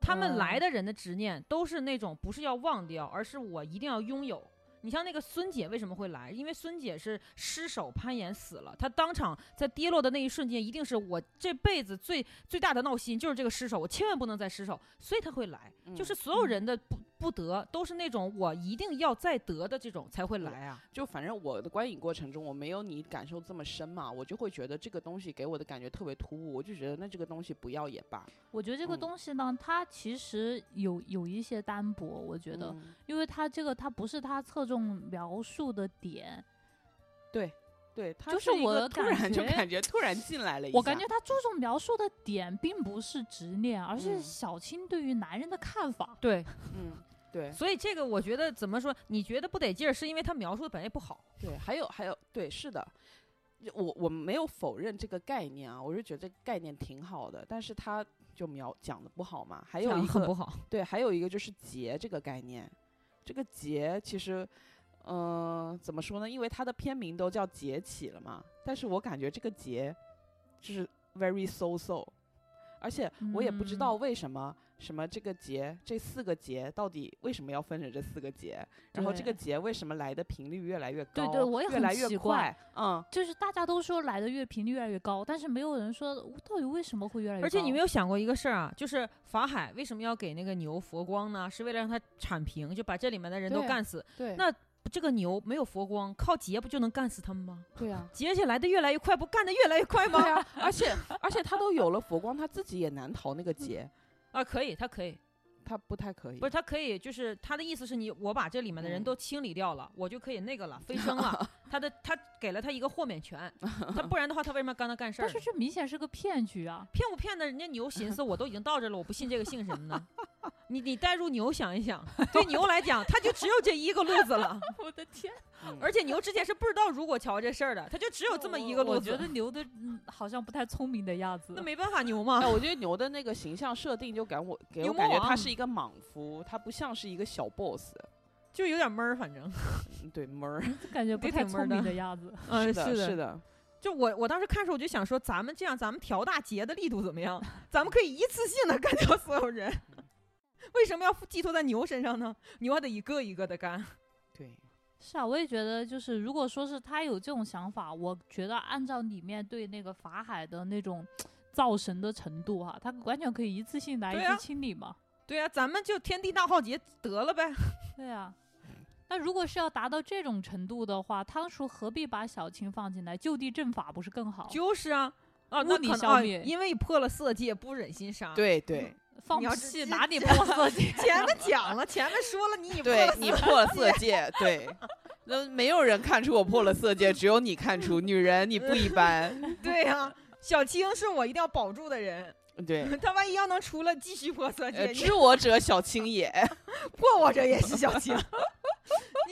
Speaker 3: 他们来的人的执念都是那种不是要忘掉，而是我一定要拥有。你像那个孙姐为什么会来？因为孙姐是失手攀岩死了，她当场在跌落的那一瞬间，一定是我这辈子最最大的闹心就是这个失手，我千万不能再失手，所以她会来。就是
Speaker 2: 嗯
Speaker 3: 所有
Speaker 1: 嗯
Speaker 3: 人的不不得都是那种我一定要再得的这种才会来啊。
Speaker 2: 就反正我的观影过程中，我没有你感受这么深嘛，我就会觉得这个东西给我的感觉特别突兀，我就觉得那这个东西不要也罢。
Speaker 1: 我觉得这个
Speaker 2: 嗯
Speaker 1: 东西呢，它其实有有一些单薄，我觉得，
Speaker 2: 嗯
Speaker 1: 因为它这个它不是它侧重描述的点，
Speaker 2: 对，他
Speaker 1: 就是
Speaker 2: 一个
Speaker 1: 我
Speaker 2: 突
Speaker 1: 感
Speaker 2: 然就
Speaker 1: 觉
Speaker 2: 感觉突然进来了一下，
Speaker 1: 我感觉他注重描述的点并不是执念，而是
Speaker 2: 嗯
Speaker 1: 小青对于男人的看法。
Speaker 3: 对，
Speaker 2: 嗯，对
Speaker 3: 所以这个我觉得怎么说？你觉得不得劲儿，是因为他描述的本来不好。
Speaker 2: 对，还有还有对，是的，我我没有否认这个概念啊，我是觉得这个概念挺好的，但是他就描讲的不好嘛，还有
Speaker 3: 讲
Speaker 2: 一
Speaker 3: 很
Speaker 2: 个
Speaker 3: 不好，
Speaker 2: 对，还有一个就是节这个概念，这个节其实，嗯、怎么说呢？因为它的片名都叫节气了嘛，但是我感觉这个节就是 very so so，而且我也不知
Speaker 1: 嗯
Speaker 2: 道为什么、什么这个节这四个节到底为什么要分成这四个节，然后这个
Speaker 3: 对
Speaker 2: 节为什么来的频率越来越
Speaker 1: 对
Speaker 2: 高，
Speaker 1: 对我也
Speaker 2: 越
Speaker 1: 很
Speaker 2: 来越
Speaker 1: 奇
Speaker 2: 快
Speaker 1: 怪，
Speaker 2: 嗯，
Speaker 1: 就是大家都说来的越频率越来越高，但是没有人说到底为什么会越来越高。
Speaker 3: 而且你没有想过一个事儿啊，就是法海为什么要给那个牛佛光呢？是为了让它铲平，就把这里面的人都
Speaker 2: 对
Speaker 3: 干死。
Speaker 2: 对
Speaker 3: 那这个牛没有佛光，靠劫不就能干死他们吗？
Speaker 2: 对啊。
Speaker 3: 劫起来的越来越快，不干的越来越快 吗
Speaker 2: 对？啊，而且而且他都有了佛光，他自己也难逃那 个劫，
Speaker 3: 啊，可以，他可以，
Speaker 2: 他不太可以。
Speaker 3: 不是他可以，就是他的意思是你我把这里面的人
Speaker 2: 嗯
Speaker 3: 都清理掉了，我就可以那个了，飞升 了。他的他给了他一个豁免权，他不然的话他为什么要干他干事儿
Speaker 1: 但
Speaker 3: 呢？
Speaker 1: 是这明显是个骗局啊！
Speaker 3: 骗不骗的？人家牛寻思我都已经到这了，我不信这个姓什么呢？你你带入牛想一想，对牛来讲，他就只有这一个路子了。
Speaker 1: 我的天，
Speaker 2: 嗯
Speaker 3: 而且牛之前是不知道如果桥这事儿的，他就只有这么一个路
Speaker 1: 我
Speaker 3: 子
Speaker 1: 觉。得牛的嗯好像不太聪明的样子。
Speaker 3: 那没办法，牛嘛
Speaker 2: 哎，。我觉得牛的那个形象设定就感我给我
Speaker 3: 牛
Speaker 2: 感觉
Speaker 3: 魔
Speaker 2: 他
Speaker 3: 王
Speaker 2: 是一个莽夫，他不像是一个小 boss。
Speaker 3: 就有点闷儿，反正，
Speaker 2: 嗯对，门儿，
Speaker 1: 感觉不
Speaker 3: 得
Speaker 1: 太
Speaker 3: 挺闷儿
Speaker 1: 聪明
Speaker 3: 的
Speaker 1: 的样子。
Speaker 3: 嗯，
Speaker 2: 是的，是
Speaker 3: 的，
Speaker 2: 的，
Speaker 3: 就我我当时看的时候，我就想说，咱们这样，咱们调大节的力度怎么样？咱们可以一次性的干掉所有人， 为什么要寄托在牛身上呢？牛还得一个一个的干，
Speaker 2: 对，
Speaker 1: 是啊，我也觉得，就是如果说是他有这种想法，我觉得按照里面对那个法海的那种造神的程度哈、他完全可以一次性来
Speaker 3: 对
Speaker 1: 一
Speaker 3: 啊
Speaker 1: 次清理嘛。
Speaker 3: 对啊，咱们就天地大浩劫得了呗，
Speaker 1: 对啊。那如果是要达到这种程度的话，当初何必把小青放进来？就地正法不是更好？
Speaker 3: 就是啊。啊，
Speaker 1: 物
Speaker 3: 那
Speaker 1: 理
Speaker 3: 可能
Speaker 1: 消
Speaker 3: 啊
Speaker 1: 灭
Speaker 3: 因为破了色戒，不忍心杀。，
Speaker 2: 啊对对
Speaker 1: 放
Speaker 3: 你要
Speaker 1: 屁
Speaker 3: 是
Speaker 1: 哪里破色戒？
Speaker 3: 前面讲了，前面说了，你以破
Speaker 2: 对
Speaker 3: 了，
Speaker 2: 你破了色戒，对，那没有人看出我破了色戒，只有你看出，女人你不一 般，
Speaker 3: 对呀、小青是我一定要保住的人，
Speaker 2: 对，
Speaker 3: 他万一要能除了继续破色戒，
Speaker 2: 呃，
Speaker 3: 你
Speaker 2: 知我者小青也，
Speaker 3: 破我这也是小青，你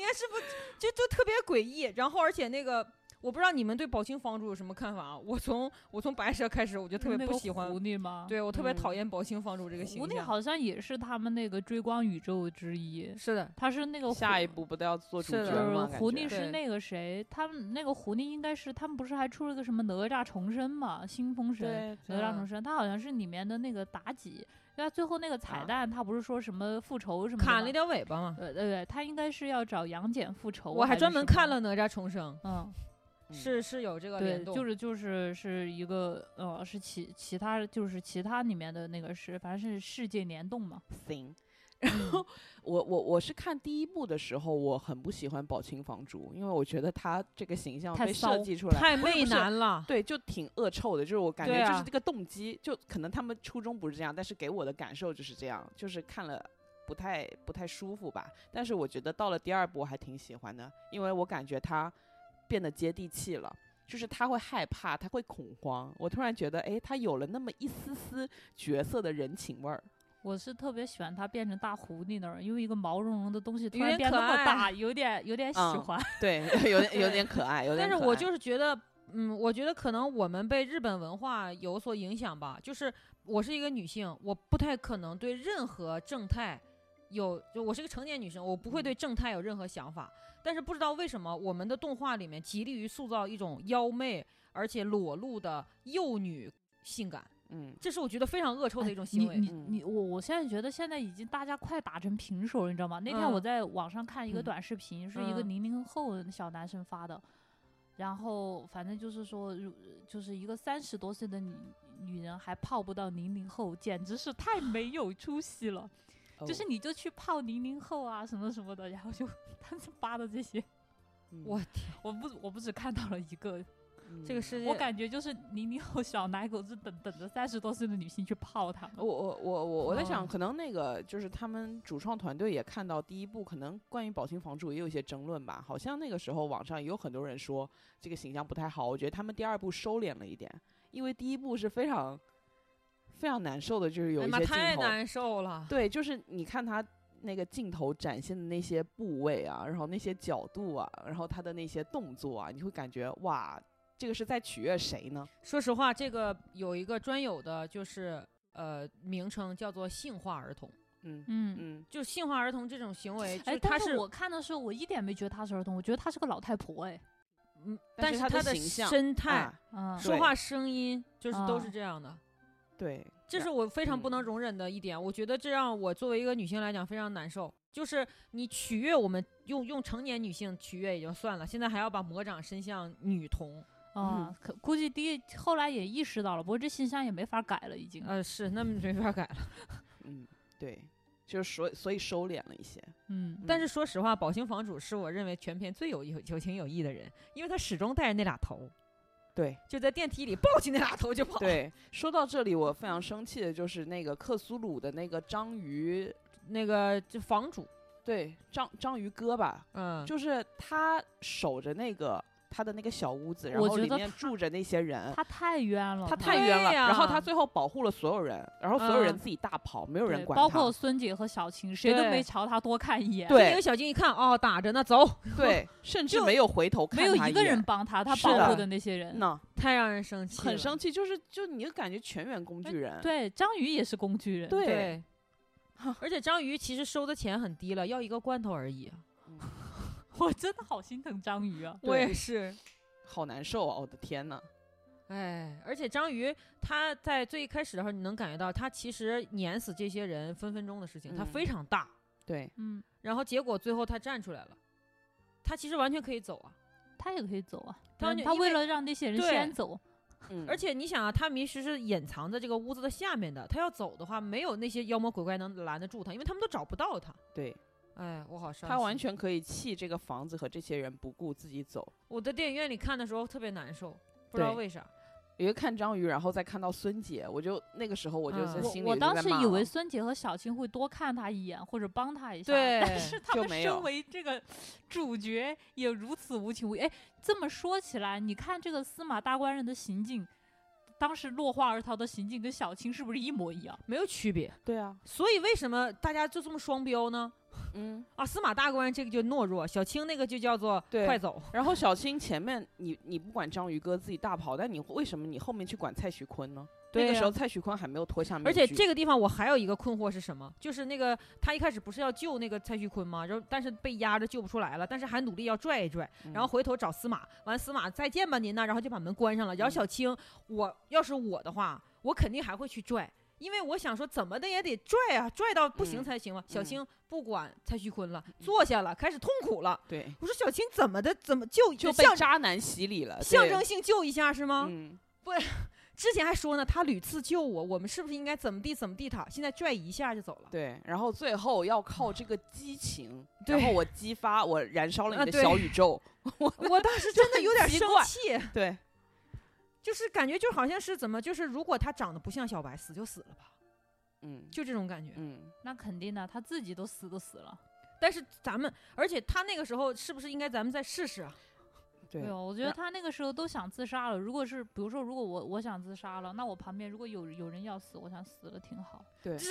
Speaker 3: 看是不是就就特别诡异？然后而且那个。我不知道你们对宝清房主有什么看法啊？我从我从白蛇开始，我就特别
Speaker 1: 那
Speaker 3: 不
Speaker 1: 个
Speaker 3: 喜欢，
Speaker 1: 狐狸吗？，
Speaker 3: 对我特别讨
Speaker 2: 嗯
Speaker 3: 厌宝清房主这个形
Speaker 1: 狐狸
Speaker 3: 象。
Speaker 1: 好像也是他们那个追光宇宙之一。
Speaker 3: 是的，
Speaker 1: 他是那个
Speaker 2: 下
Speaker 1: 狐
Speaker 2: 一步不都要做主
Speaker 3: 是
Speaker 2: 角
Speaker 3: 的
Speaker 1: 就
Speaker 3: 人
Speaker 1: 哦
Speaker 2: 了
Speaker 1: 是
Speaker 2: 吗？感
Speaker 1: 狐
Speaker 2: 觉
Speaker 1: 狸是
Speaker 3: 对
Speaker 1: 那个谁，他们那个狐狸应该是他们不是还出了个什么哪吒重生嘛，新封神
Speaker 2: 对，
Speaker 1: 哪吒重
Speaker 3: 嗯
Speaker 1: 生，他好像是里面的那个妲己，因为他最后那个彩
Speaker 2: 啊
Speaker 1: 蛋他不是说什么复仇什么的
Speaker 3: 砍
Speaker 1: 吗
Speaker 3: 了一条尾巴嘛。
Speaker 1: 呃对对，他应该是要找杨戬复仇，
Speaker 3: 我还
Speaker 1: 呃还
Speaker 3: 专门看了
Speaker 1: 呢，
Speaker 3: 《哪吒重生
Speaker 1: 嗯，》，
Speaker 2: 嗯
Speaker 3: 是是有这个
Speaker 1: 对
Speaker 3: 联，动，
Speaker 1: 就是就是是一个呃是其其他就是其他里面的那个是，反正是世界联动嘛，
Speaker 2: thing。然
Speaker 3: 嗯
Speaker 2: 后我我我是看第一部的时候，我很不喜欢宝清房主，因为我觉得他这个形象
Speaker 1: 太
Speaker 2: 被
Speaker 1: 骚
Speaker 2: 设计出来
Speaker 3: 太
Speaker 2: 不是
Speaker 3: 媚
Speaker 2: 不是
Speaker 3: 男了。
Speaker 2: 对，就挺恶臭的，就是我感
Speaker 3: 对
Speaker 2: 觉就
Speaker 3: 啊
Speaker 2: 是这个动机，就可能他们初衷不是这样，但是给我的感受就是这样，就是看了不太不太舒服吧。但是我觉得到了第二部我还挺喜欢的，因为我感觉他变得接地气了。就是他会害怕，他会恐慌。我突然觉得，哎，他有了那么一丝丝角色的人情味儿。
Speaker 1: 我是特别喜欢它变成大狐狸那儿，因为一个毛茸茸的东西突
Speaker 3: 有
Speaker 1: 然变
Speaker 3: 点可
Speaker 1: 那么
Speaker 3: 爱啊
Speaker 1: 大，有点有点喜
Speaker 2: 嗯
Speaker 1: 欢。
Speaker 2: 对，有点有
Speaker 3: 对
Speaker 2: 点可爱，有点可
Speaker 3: 但是
Speaker 2: 爱。
Speaker 3: 我就是觉得，嗯，我觉得可能我们被日本文化有所影响吧。就是我是一个女性，我不太可能对任何正太有，就我是个成年女生，我
Speaker 1: 嗯
Speaker 3: 不会对正太有任何想法。但是不知道为什么，我们的动画里面极力于塑造一种妖媚而且裸露的幼女性感，
Speaker 2: 嗯，
Speaker 3: 这是我觉得非常恶臭的
Speaker 1: 哎
Speaker 3: 一种行为。
Speaker 1: 你你
Speaker 2: 嗯
Speaker 1: 你，我我现在觉得现在已经大家快打成平手了，你知道吗？那天我
Speaker 3: 嗯
Speaker 1: 在网上看一个
Speaker 3: 嗯
Speaker 1: 短视频，是一个
Speaker 3: 嗯
Speaker 1: 零零后的小男生发的，然后反正就是说，如就是一个三十多岁的女女人还泡不到零零后，简直是太没有出息 了。
Speaker 2: 哦
Speaker 1: 就是你就去泡零零后啊什么什么的，然后就他们发的这些，
Speaker 2: 嗯
Speaker 3: 我天，
Speaker 1: 我不我不只看到了一个。
Speaker 3: 这个世界，
Speaker 1: 我感觉就是零零后小奶狗是等等着三十多岁的女性去泡他们。
Speaker 2: 我我我我我在想，
Speaker 3: 哦
Speaker 2: 可能那个就是他们主创团队也看到第一部，可能关于宝清房主也有一些争论吧。好像那个时候网上也有很多人说这个形象不太好，我觉得他们第二部收敛了一点，因为第一部是非常非常难受的，就是有
Speaker 3: 哎
Speaker 2: 一
Speaker 3: 妈
Speaker 2: 些
Speaker 3: 太
Speaker 2: 镜头，
Speaker 3: 难受了。
Speaker 2: 对，就是你看他那个镜头展现的那些部位啊，然后那些角度啊，然后他的那些动作啊，你会感觉哇，这个是在取悦谁呢？
Speaker 3: 说实话，这个有一个专有的，就是呃，名称叫做性化儿童。
Speaker 2: 嗯
Speaker 1: 嗯，
Speaker 2: 嗯，
Speaker 3: 就性化儿童这种行为，就
Speaker 1: 哎，
Speaker 3: 他
Speaker 1: 但
Speaker 3: 是
Speaker 1: 我看的时候，我一点没觉得她是儿童，我觉得她是个老太婆，哎，
Speaker 3: 嗯，
Speaker 2: 但
Speaker 3: 但
Speaker 2: 是
Speaker 3: 是
Speaker 2: 他的
Speaker 3: 他的
Speaker 2: 形象
Speaker 3: 神态、
Speaker 2: 啊
Speaker 1: 嗯，
Speaker 3: 说
Speaker 2: 对
Speaker 3: 话声音，就是都
Speaker 1: 啊
Speaker 3: 是这样的。
Speaker 2: 对，嗯
Speaker 3: 这是我非常不能容忍的一点，我觉得这让我作为一个女性来讲非常难受。就是你取悦我们，用用成年女性取悦也就算了，现在还要把魔掌伸向女童，
Speaker 1: 啊、
Speaker 2: 嗯
Speaker 1: 可估计第一后来也意识到了，不过这信箱也没法改了，已经。
Speaker 3: 呃，是那没法改了。
Speaker 2: 嗯，对，就是所以所以收敛了一些。
Speaker 1: 嗯，
Speaker 3: 但
Speaker 2: 嗯
Speaker 3: 是说实话，宝兴房主是我认为全片最有有有情有义的人，因为他始终带着那俩头，
Speaker 2: 对
Speaker 3: 就在电梯里抱起那俩头就
Speaker 1: 哦
Speaker 3: 跑。
Speaker 2: 对，说到这里，我非常生气的就是那个克苏鲁的那个章鱼，
Speaker 3: 那个就房主，
Speaker 2: 对章章鱼哥吧，
Speaker 3: 嗯，
Speaker 2: 就是他守着那个他的那个小屋子，然
Speaker 1: 我
Speaker 2: 后
Speaker 1: 觉
Speaker 2: 里
Speaker 1: 得
Speaker 2: 面
Speaker 1: 他
Speaker 2: 住着那些人。
Speaker 1: 她太冤了，
Speaker 2: 他
Speaker 1: 她
Speaker 2: 太冤了，
Speaker 3: 对呀
Speaker 2: 然后他最后保护了所有人，然后所有人
Speaker 3: 嗯
Speaker 2: 自己大跑，没有人
Speaker 1: 对
Speaker 2: 管他。
Speaker 1: 包括孙姐和小青，谁都
Speaker 3: 对
Speaker 1: 没朝她多看一眼，
Speaker 3: 那
Speaker 2: 对
Speaker 3: 个小静一看，哦，打着呢，走，
Speaker 2: 对，甚至
Speaker 1: 就
Speaker 2: 没有回头看
Speaker 1: 没有
Speaker 2: 他
Speaker 1: 一个
Speaker 2: 眼
Speaker 1: 人帮她，她
Speaker 2: 是
Speaker 1: 保护
Speaker 2: 的
Speaker 1: 的那些人。
Speaker 2: 呢，
Speaker 3: 太让人生气了，
Speaker 2: 很生气，就是就你就感觉全员工
Speaker 1: 哎
Speaker 2: 具人。
Speaker 1: 对，章鱼也是工具人。
Speaker 2: 对
Speaker 3: 对，而且章鱼其实收的钱很低了，要一个罐头而已。
Speaker 2: 嗯
Speaker 1: 我真的好心疼章鱼啊！
Speaker 2: 我也
Speaker 3: 是，
Speaker 2: 好难受啊！我的天
Speaker 1: 嗯
Speaker 2: 呐，
Speaker 3: 哎，而且章鱼他在最一开始的时候，你能感觉到他其实碾死这些人分分钟的事情，他
Speaker 2: 嗯
Speaker 3: 非常大。
Speaker 2: 对，
Speaker 1: 嗯，
Speaker 3: 然后结果最后他站出来了，他其实完全可以走啊。
Speaker 1: 她也可以走啊，
Speaker 3: 她
Speaker 1: 嗯
Speaker 3: 就
Speaker 1: 她
Speaker 3: 因
Speaker 1: 为
Speaker 3: 为
Speaker 1: 了让那些人
Speaker 3: 对
Speaker 1: 先走，
Speaker 2: 嗯，
Speaker 3: 而且你想啊，他明实是隐藏在这个屋子的下面的，他要走的话，没有那些妖魔鬼怪能拦得住他，因为他们都找不到他。
Speaker 2: 对
Speaker 3: 哎，我好伤心。
Speaker 2: 他完全可以弃这个房子和这些人不顾自己走。
Speaker 3: 我在电影院里看的时候特别难受，不知道
Speaker 2: 对
Speaker 3: 为啥。
Speaker 2: 有一个看章鱼，然后再看到孙姐，我就那个时候我就
Speaker 3: 嗯
Speaker 2: 在
Speaker 3: 我
Speaker 2: 心里
Speaker 1: 我
Speaker 2: 就
Speaker 1: 当
Speaker 2: 在
Speaker 1: 时
Speaker 2: 骂
Speaker 1: 以为
Speaker 2: 了
Speaker 1: 孙姐和小青会多看她一眼或者帮她一下，
Speaker 3: 对
Speaker 1: 但是他
Speaker 2: 就
Speaker 1: 们
Speaker 2: 没有
Speaker 1: 身为这个主角也如此无情无义。哎，这么说起来，你看这个司马大官人的行径，当时落荒而逃的行径跟小青是不是一模一样？
Speaker 3: 没有区别。
Speaker 2: 对啊，
Speaker 3: 所以为什么大家就这么双标呢？
Speaker 2: 嗯。
Speaker 3: 啊，司马大官这个就懦弱，小青那个就叫做
Speaker 2: 对
Speaker 3: 快走。
Speaker 2: 然后小青前面你你不管章鱼哥自己大跑，但你为什么你后面去管蔡徐坤呢？那
Speaker 3: 对
Speaker 2: 个时候
Speaker 3: 呀
Speaker 2: 蔡徐坤还没有脱下面
Speaker 3: 而
Speaker 2: 具，
Speaker 3: 且这个地方我还有一个困惑是什么？就是那个他一开始不是要救那个蔡徐坤吗？然后但是被压着救不出来了，但是还努力要拽一拽，
Speaker 2: 嗯
Speaker 3: 然后回头找司马，完司马再见吧您呐，然后就把门关上了。
Speaker 2: 嗯
Speaker 3: 然后小青，我要是我的话，我肯定还会去拽。因为我想说，怎么的也得拽啊，拽到不行
Speaker 2: 嗯
Speaker 3: 才行嘛。小
Speaker 2: 嗯
Speaker 3: 青不管蔡徐坤了，坐下了，开始痛苦了。
Speaker 2: 对
Speaker 3: 我说小青怎么的，怎么就
Speaker 2: 就被
Speaker 3: 象
Speaker 2: 渣男洗礼了，
Speaker 3: 象
Speaker 2: 对
Speaker 3: 征性救一下是吗？
Speaker 2: 嗯，
Speaker 3: 之前还说呢，他屡次救我，我们是不是应该怎么地怎么地他？现在拽一下就走了。
Speaker 2: 对，然后最后要靠这个激情，
Speaker 3: 对
Speaker 2: 然后我激发我燃烧了
Speaker 3: 啊
Speaker 2: 你的
Speaker 3: 对哦
Speaker 2: 小宇宙，
Speaker 3: 我当时真的有 点
Speaker 2: 奇
Speaker 3: 生
Speaker 2: 怪
Speaker 3: 气，
Speaker 2: 对
Speaker 3: 就是感觉就好像是怎么，就是如果他长得不像小白，死就死了吧，
Speaker 2: 嗯
Speaker 3: 就这种感觉。
Speaker 2: 嗯，
Speaker 1: 那肯定的，他自己都死都死了。
Speaker 3: 但是咱们，而且他那个时候是不是应该咱们再试试啊？
Speaker 2: 对
Speaker 1: 没有，我觉得
Speaker 2: 那
Speaker 1: 他那个时候都想自杀了。如果是比如说，如果我我想自杀了，那我旁边如果有有人要死，我想死了挺好。
Speaker 2: 对
Speaker 3: 什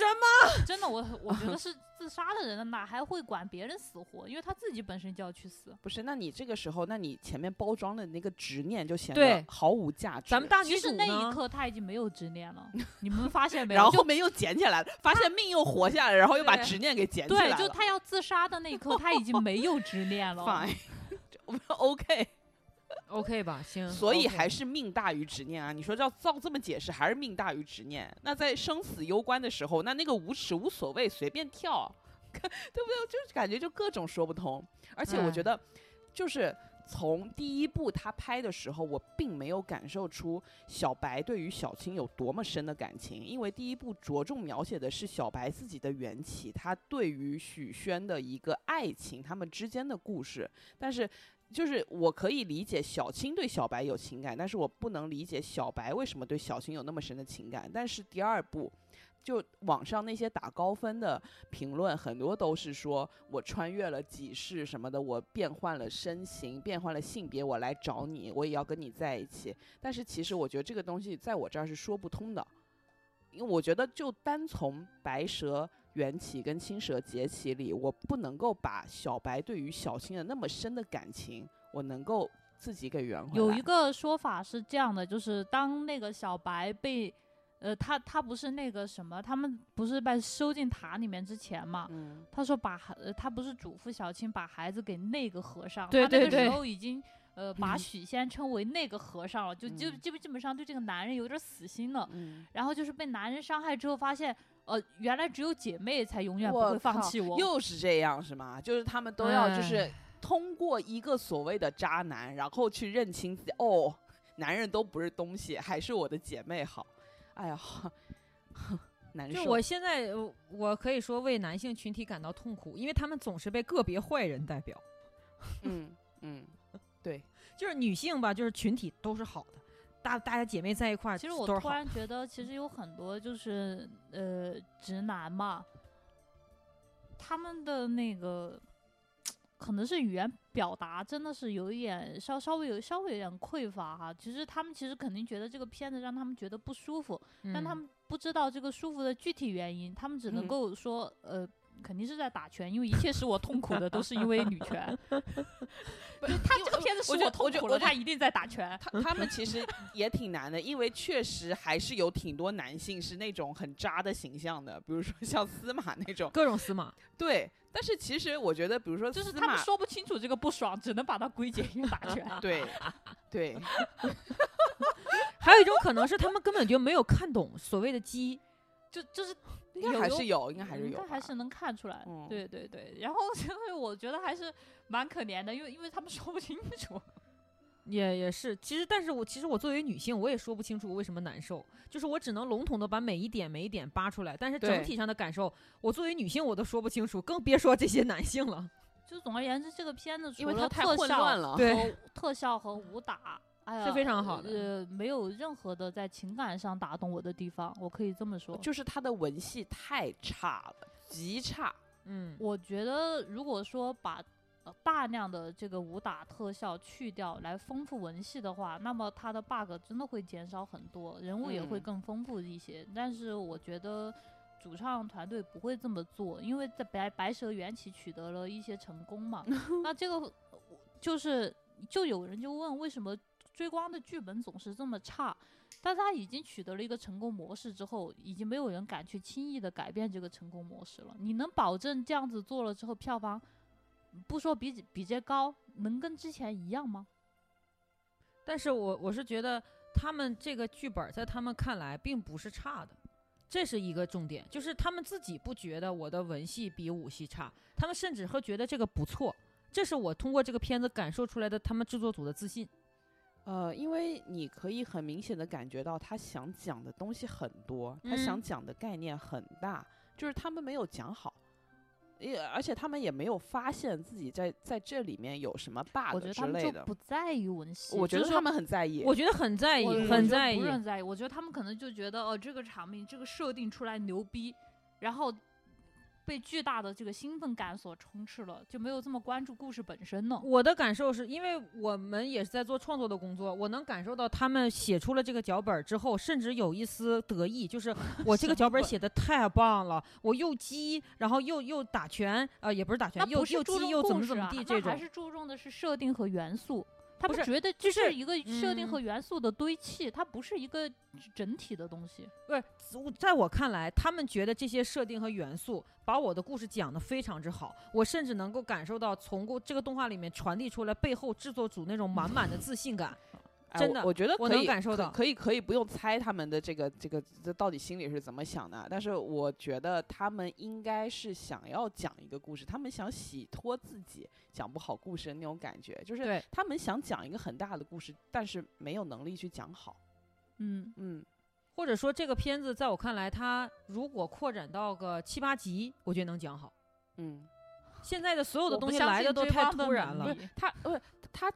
Speaker 3: 么？
Speaker 1: 真的，我我觉 得是自杀的人哪还会管别人死活？因为他自己本身就要去死。
Speaker 2: 不是，那你这个时候，那你前面包装的那个执念就显
Speaker 3: 对
Speaker 2: 得毫无价值。
Speaker 3: 咱们大女
Speaker 1: 其
Speaker 3: 主
Speaker 1: 实
Speaker 3: 呢
Speaker 1: 那一刻他已经没有执念 了，你们发现没有？
Speaker 2: 然后
Speaker 1: 就
Speaker 2: 后面又捡起来了，发现命又活下来，然后又把
Speaker 3: 对
Speaker 2: 执念给捡起来
Speaker 1: 对，
Speaker 2: 了。
Speaker 1: 就他要自杀的那一刻，他已经没有执念 了。
Speaker 2: fine，我们 OK，
Speaker 3: ，OK 吧，行。
Speaker 2: 所以
Speaker 3: 嗯 OK
Speaker 2: 还是命大于执念啊。你说照照这么解释，还是命大于执念。那在生死攸关的时候，那那个无耻无所谓，随便跳，对不对？就是感觉就各种说不通。而且我
Speaker 3: 哎
Speaker 2: 觉得，就是从第一部他拍的时候，我并没有感受出小白对于小青有多么深的感情，因为第一部着重描写的是小白自己的缘起，他对于许宣的一个爱情，他们之间的故事。但是就是我可以理解小青对小白有情感，但是我不能理解小白为什么对小青有那么深的情感。但是第二部，就网上那些打高分的评论，很多都是说我穿越了几世什么的，我变换了身形，变换了性别，我来找你，我也要跟你在一起。但是其实我觉得这个东西在我这儿是说不通的，因为我觉得就单从白蛇。缘起跟青蛇劫起里，我不能够把小白对于小青的那么深的感情，我能够自己给圆回来。
Speaker 1: 有一个说法是这样的，就是当那个小白被，呃，他他不是那个什么，他们不是被收进塔里面之前嘛？
Speaker 2: 嗯，
Speaker 1: 他说把孩、呃，他不是嘱咐小青把孩子给那个和尚，
Speaker 3: 对对
Speaker 1: 他那
Speaker 3: 对
Speaker 1: 个时候已经呃把
Speaker 2: 嗯
Speaker 1: 许仙称为那个和尚了，就就
Speaker 2: 嗯
Speaker 1: 基本基本上对这个男人有点死心了。
Speaker 2: 嗯，
Speaker 1: 然后就是被男人伤害之后，发现呃原来只有姐妹才永远不
Speaker 2: 我
Speaker 1: 会放
Speaker 2: 靠
Speaker 1: 弃我。
Speaker 2: 又是这样是吗？就是他们都要就是
Speaker 3: 哎
Speaker 2: 通过一个所谓的渣男，然后去认清自己哦，男人都不是东西，还是我的姐妹好。哎呀， 哼难受。
Speaker 3: 就 我现在，呃我可以说为男性群体感到痛苦，因为他们总是被个别坏人代表。
Speaker 2: 嗯嗯，对，
Speaker 3: 就是女性吧，就是群体都是好的，大大家姐妹在一
Speaker 2: 啊
Speaker 3: 块儿，
Speaker 1: 其实我
Speaker 3: 都是
Speaker 1: 突
Speaker 3: 好。
Speaker 1: 然觉得，其实有很多就是呃直男嘛，他们的那个可能是语言表达真的是有一点稍稍微有稍微有点匮乏哈。其实他们其实肯定觉得这个片子让他们觉得不舒服，但他
Speaker 3: 嗯
Speaker 1: 们不知道这个舒服的具体原因，他们只
Speaker 2: 嗯
Speaker 1: 能够说、呃。肯定是在打拳，因为一切使我痛苦的都是因为女 权。
Speaker 2: 不
Speaker 1: 就他这个片子使
Speaker 2: 我觉
Speaker 1: 痛
Speaker 2: 我觉
Speaker 1: 苦
Speaker 2: 我
Speaker 1: 了，
Speaker 2: 觉
Speaker 1: 他一定在打拳。
Speaker 2: 他他们其实也挺难的，因为确实还是有挺多男性是那种很渣的形象的，比如说像司马那 种。
Speaker 3: 各种死马，
Speaker 2: 对，但是其实我觉得，比如说
Speaker 1: 就是
Speaker 2: 司
Speaker 1: 他们
Speaker 2: 马
Speaker 1: 说不清楚这个不爽，只能把它归结于打 拳。
Speaker 2: 对对，
Speaker 3: 还有一种可能是他们根本就没有看懂所谓的鸡。
Speaker 1: 就 就是
Speaker 2: 应该
Speaker 1: 有
Speaker 2: 还
Speaker 1: 有嗯
Speaker 2: 是有，应该还是
Speaker 1: 应
Speaker 2: 有
Speaker 1: 该
Speaker 2: 吧，
Speaker 1: 还是能看出来。
Speaker 2: 嗯
Speaker 1: 对对对，然后 所以我觉得还是蛮可怜的，因为因为他们 说不清楚。
Speaker 3: 也也是，其实，但是我其实我作为女性，我也说不清楚我为什么难受，就是我只能笼统的把每一点每一点扒出来，但是
Speaker 2: 对
Speaker 3: 整体上的感受，我作为女性我都说不清楚，更别说这些男性了。
Speaker 1: 就总而言之，这个片子除
Speaker 2: 因为它
Speaker 1: 了
Speaker 2: 太
Speaker 1: 特
Speaker 2: 混乱
Speaker 1: 效
Speaker 2: 了。
Speaker 3: 对
Speaker 1: 和特效和武打，哎呀
Speaker 3: 是非常好的
Speaker 1: 呃，没有任何的在情感上打动我的地方，我可以这么说。
Speaker 2: 就是他的文戏太差了，极差。
Speaker 3: 嗯，
Speaker 1: 我觉得如果说把呃大量的这个武打特效去掉，来丰富文戏的话，那么它的 bug 真的会减少很多，人物也会
Speaker 2: 嗯
Speaker 1: 更丰富一些。但是我觉得主创团队不会这么做，因为在白白蛇缘起取得了一些成功嘛，那这个呃就是就有人就问为什么。追光的剧本总是这么差，但是他已经取得了一个成功模式之后，已经没有人敢去轻易的改变这个成功模式了。你能保证这样子做了之后票房，不说比比这高，能跟之前一样吗？
Speaker 3: 但是我我是觉得他们这个剧本儿在他们看来并不是差的，这是一个重点，就是他们自己不觉得我的文戏比武戏差，他们甚至会觉得这个不错，这是我通过这个片子感受出来的他们制作组的自信。
Speaker 2: 呃，因为你可以很明显的感觉到他想讲的东西很多，他想
Speaker 3: 嗯
Speaker 2: 讲的概念很大，就是他们没有讲好，也而且他们也没有发现自己在在这里面有什么 bug
Speaker 1: 我觉得
Speaker 2: 之
Speaker 1: 他们
Speaker 2: 类
Speaker 1: 就
Speaker 2: 的。
Speaker 1: 不在意文戏，
Speaker 2: 我觉
Speaker 1: 就
Speaker 2: 得
Speaker 1: 是
Speaker 2: 他们很在意，
Speaker 3: 我觉得很在意
Speaker 1: 我
Speaker 2: 嗯，
Speaker 1: 我觉
Speaker 3: 很
Speaker 1: 得
Speaker 3: 在意
Speaker 1: 不是。很在意。我觉得他们可能就觉得哦，这个场面这个设定出来牛逼，然后被巨大的这个兴奋感所充斥了，就没有这么关注故事本身呢。
Speaker 3: 我的感受是因为我们也是在做创作的工作，我能感受到他们写出了这个脚本儿之后，甚至有一丝得意，就是 我这个脚本儿写的太棒了，我又激，然后又又打拳，呃，也不是打拳
Speaker 1: 那，
Speaker 3: 又
Speaker 1: 不是
Speaker 3: 又
Speaker 1: 注
Speaker 3: 激
Speaker 1: 重
Speaker 3: 又怎
Speaker 1: 故
Speaker 3: 么
Speaker 1: 事
Speaker 3: 怎么
Speaker 1: 啊
Speaker 3: 地
Speaker 1: 那
Speaker 3: 这种
Speaker 1: 还。是注重的是设定和元素。他
Speaker 3: 不
Speaker 1: 们
Speaker 3: 是
Speaker 1: 觉得这
Speaker 3: 就是
Speaker 1: 是一个设定和
Speaker 3: 嗯
Speaker 1: 元素的堆砌，它不是一个整体的东西。
Speaker 3: 不是，我在我看来，他们觉得这些设定和元素把我的故事讲得非常之好，我甚至能够感受到从故这个动画里面传递出来背后制作组那种满满的自信感。
Speaker 2: 哎
Speaker 3: 真
Speaker 2: 我
Speaker 3: 的
Speaker 2: 我觉得
Speaker 3: 我
Speaker 2: 可
Speaker 3: 能
Speaker 2: 以
Speaker 3: 感受
Speaker 2: 可
Speaker 3: 到
Speaker 2: 可以可以不用猜他们的这个这个这到底心里是怎么想的，啊但是我觉得他们应该是想要讲一个故事，他们想洗脱自己讲不好故事的那种感觉，就是
Speaker 3: 对，
Speaker 2: 他们想讲一个很大的故事，但是没有能力去讲好。
Speaker 1: 嗯，
Speaker 2: 嗯，
Speaker 3: 或者说这个片子在我看来，它如果扩展到个七八集，我觉得能讲好。
Speaker 2: 嗯，
Speaker 3: 现在的所有的
Speaker 1: 我不
Speaker 3: 东西
Speaker 1: 相
Speaker 3: 来
Speaker 1: 信
Speaker 3: 的都
Speaker 1: 追
Speaker 3: 太
Speaker 1: 光的
Speaker 3: 突然
Speaker 1: 能
Speaker 3: 了
Speaker 1: 力，
Speaker 2: 他呃，他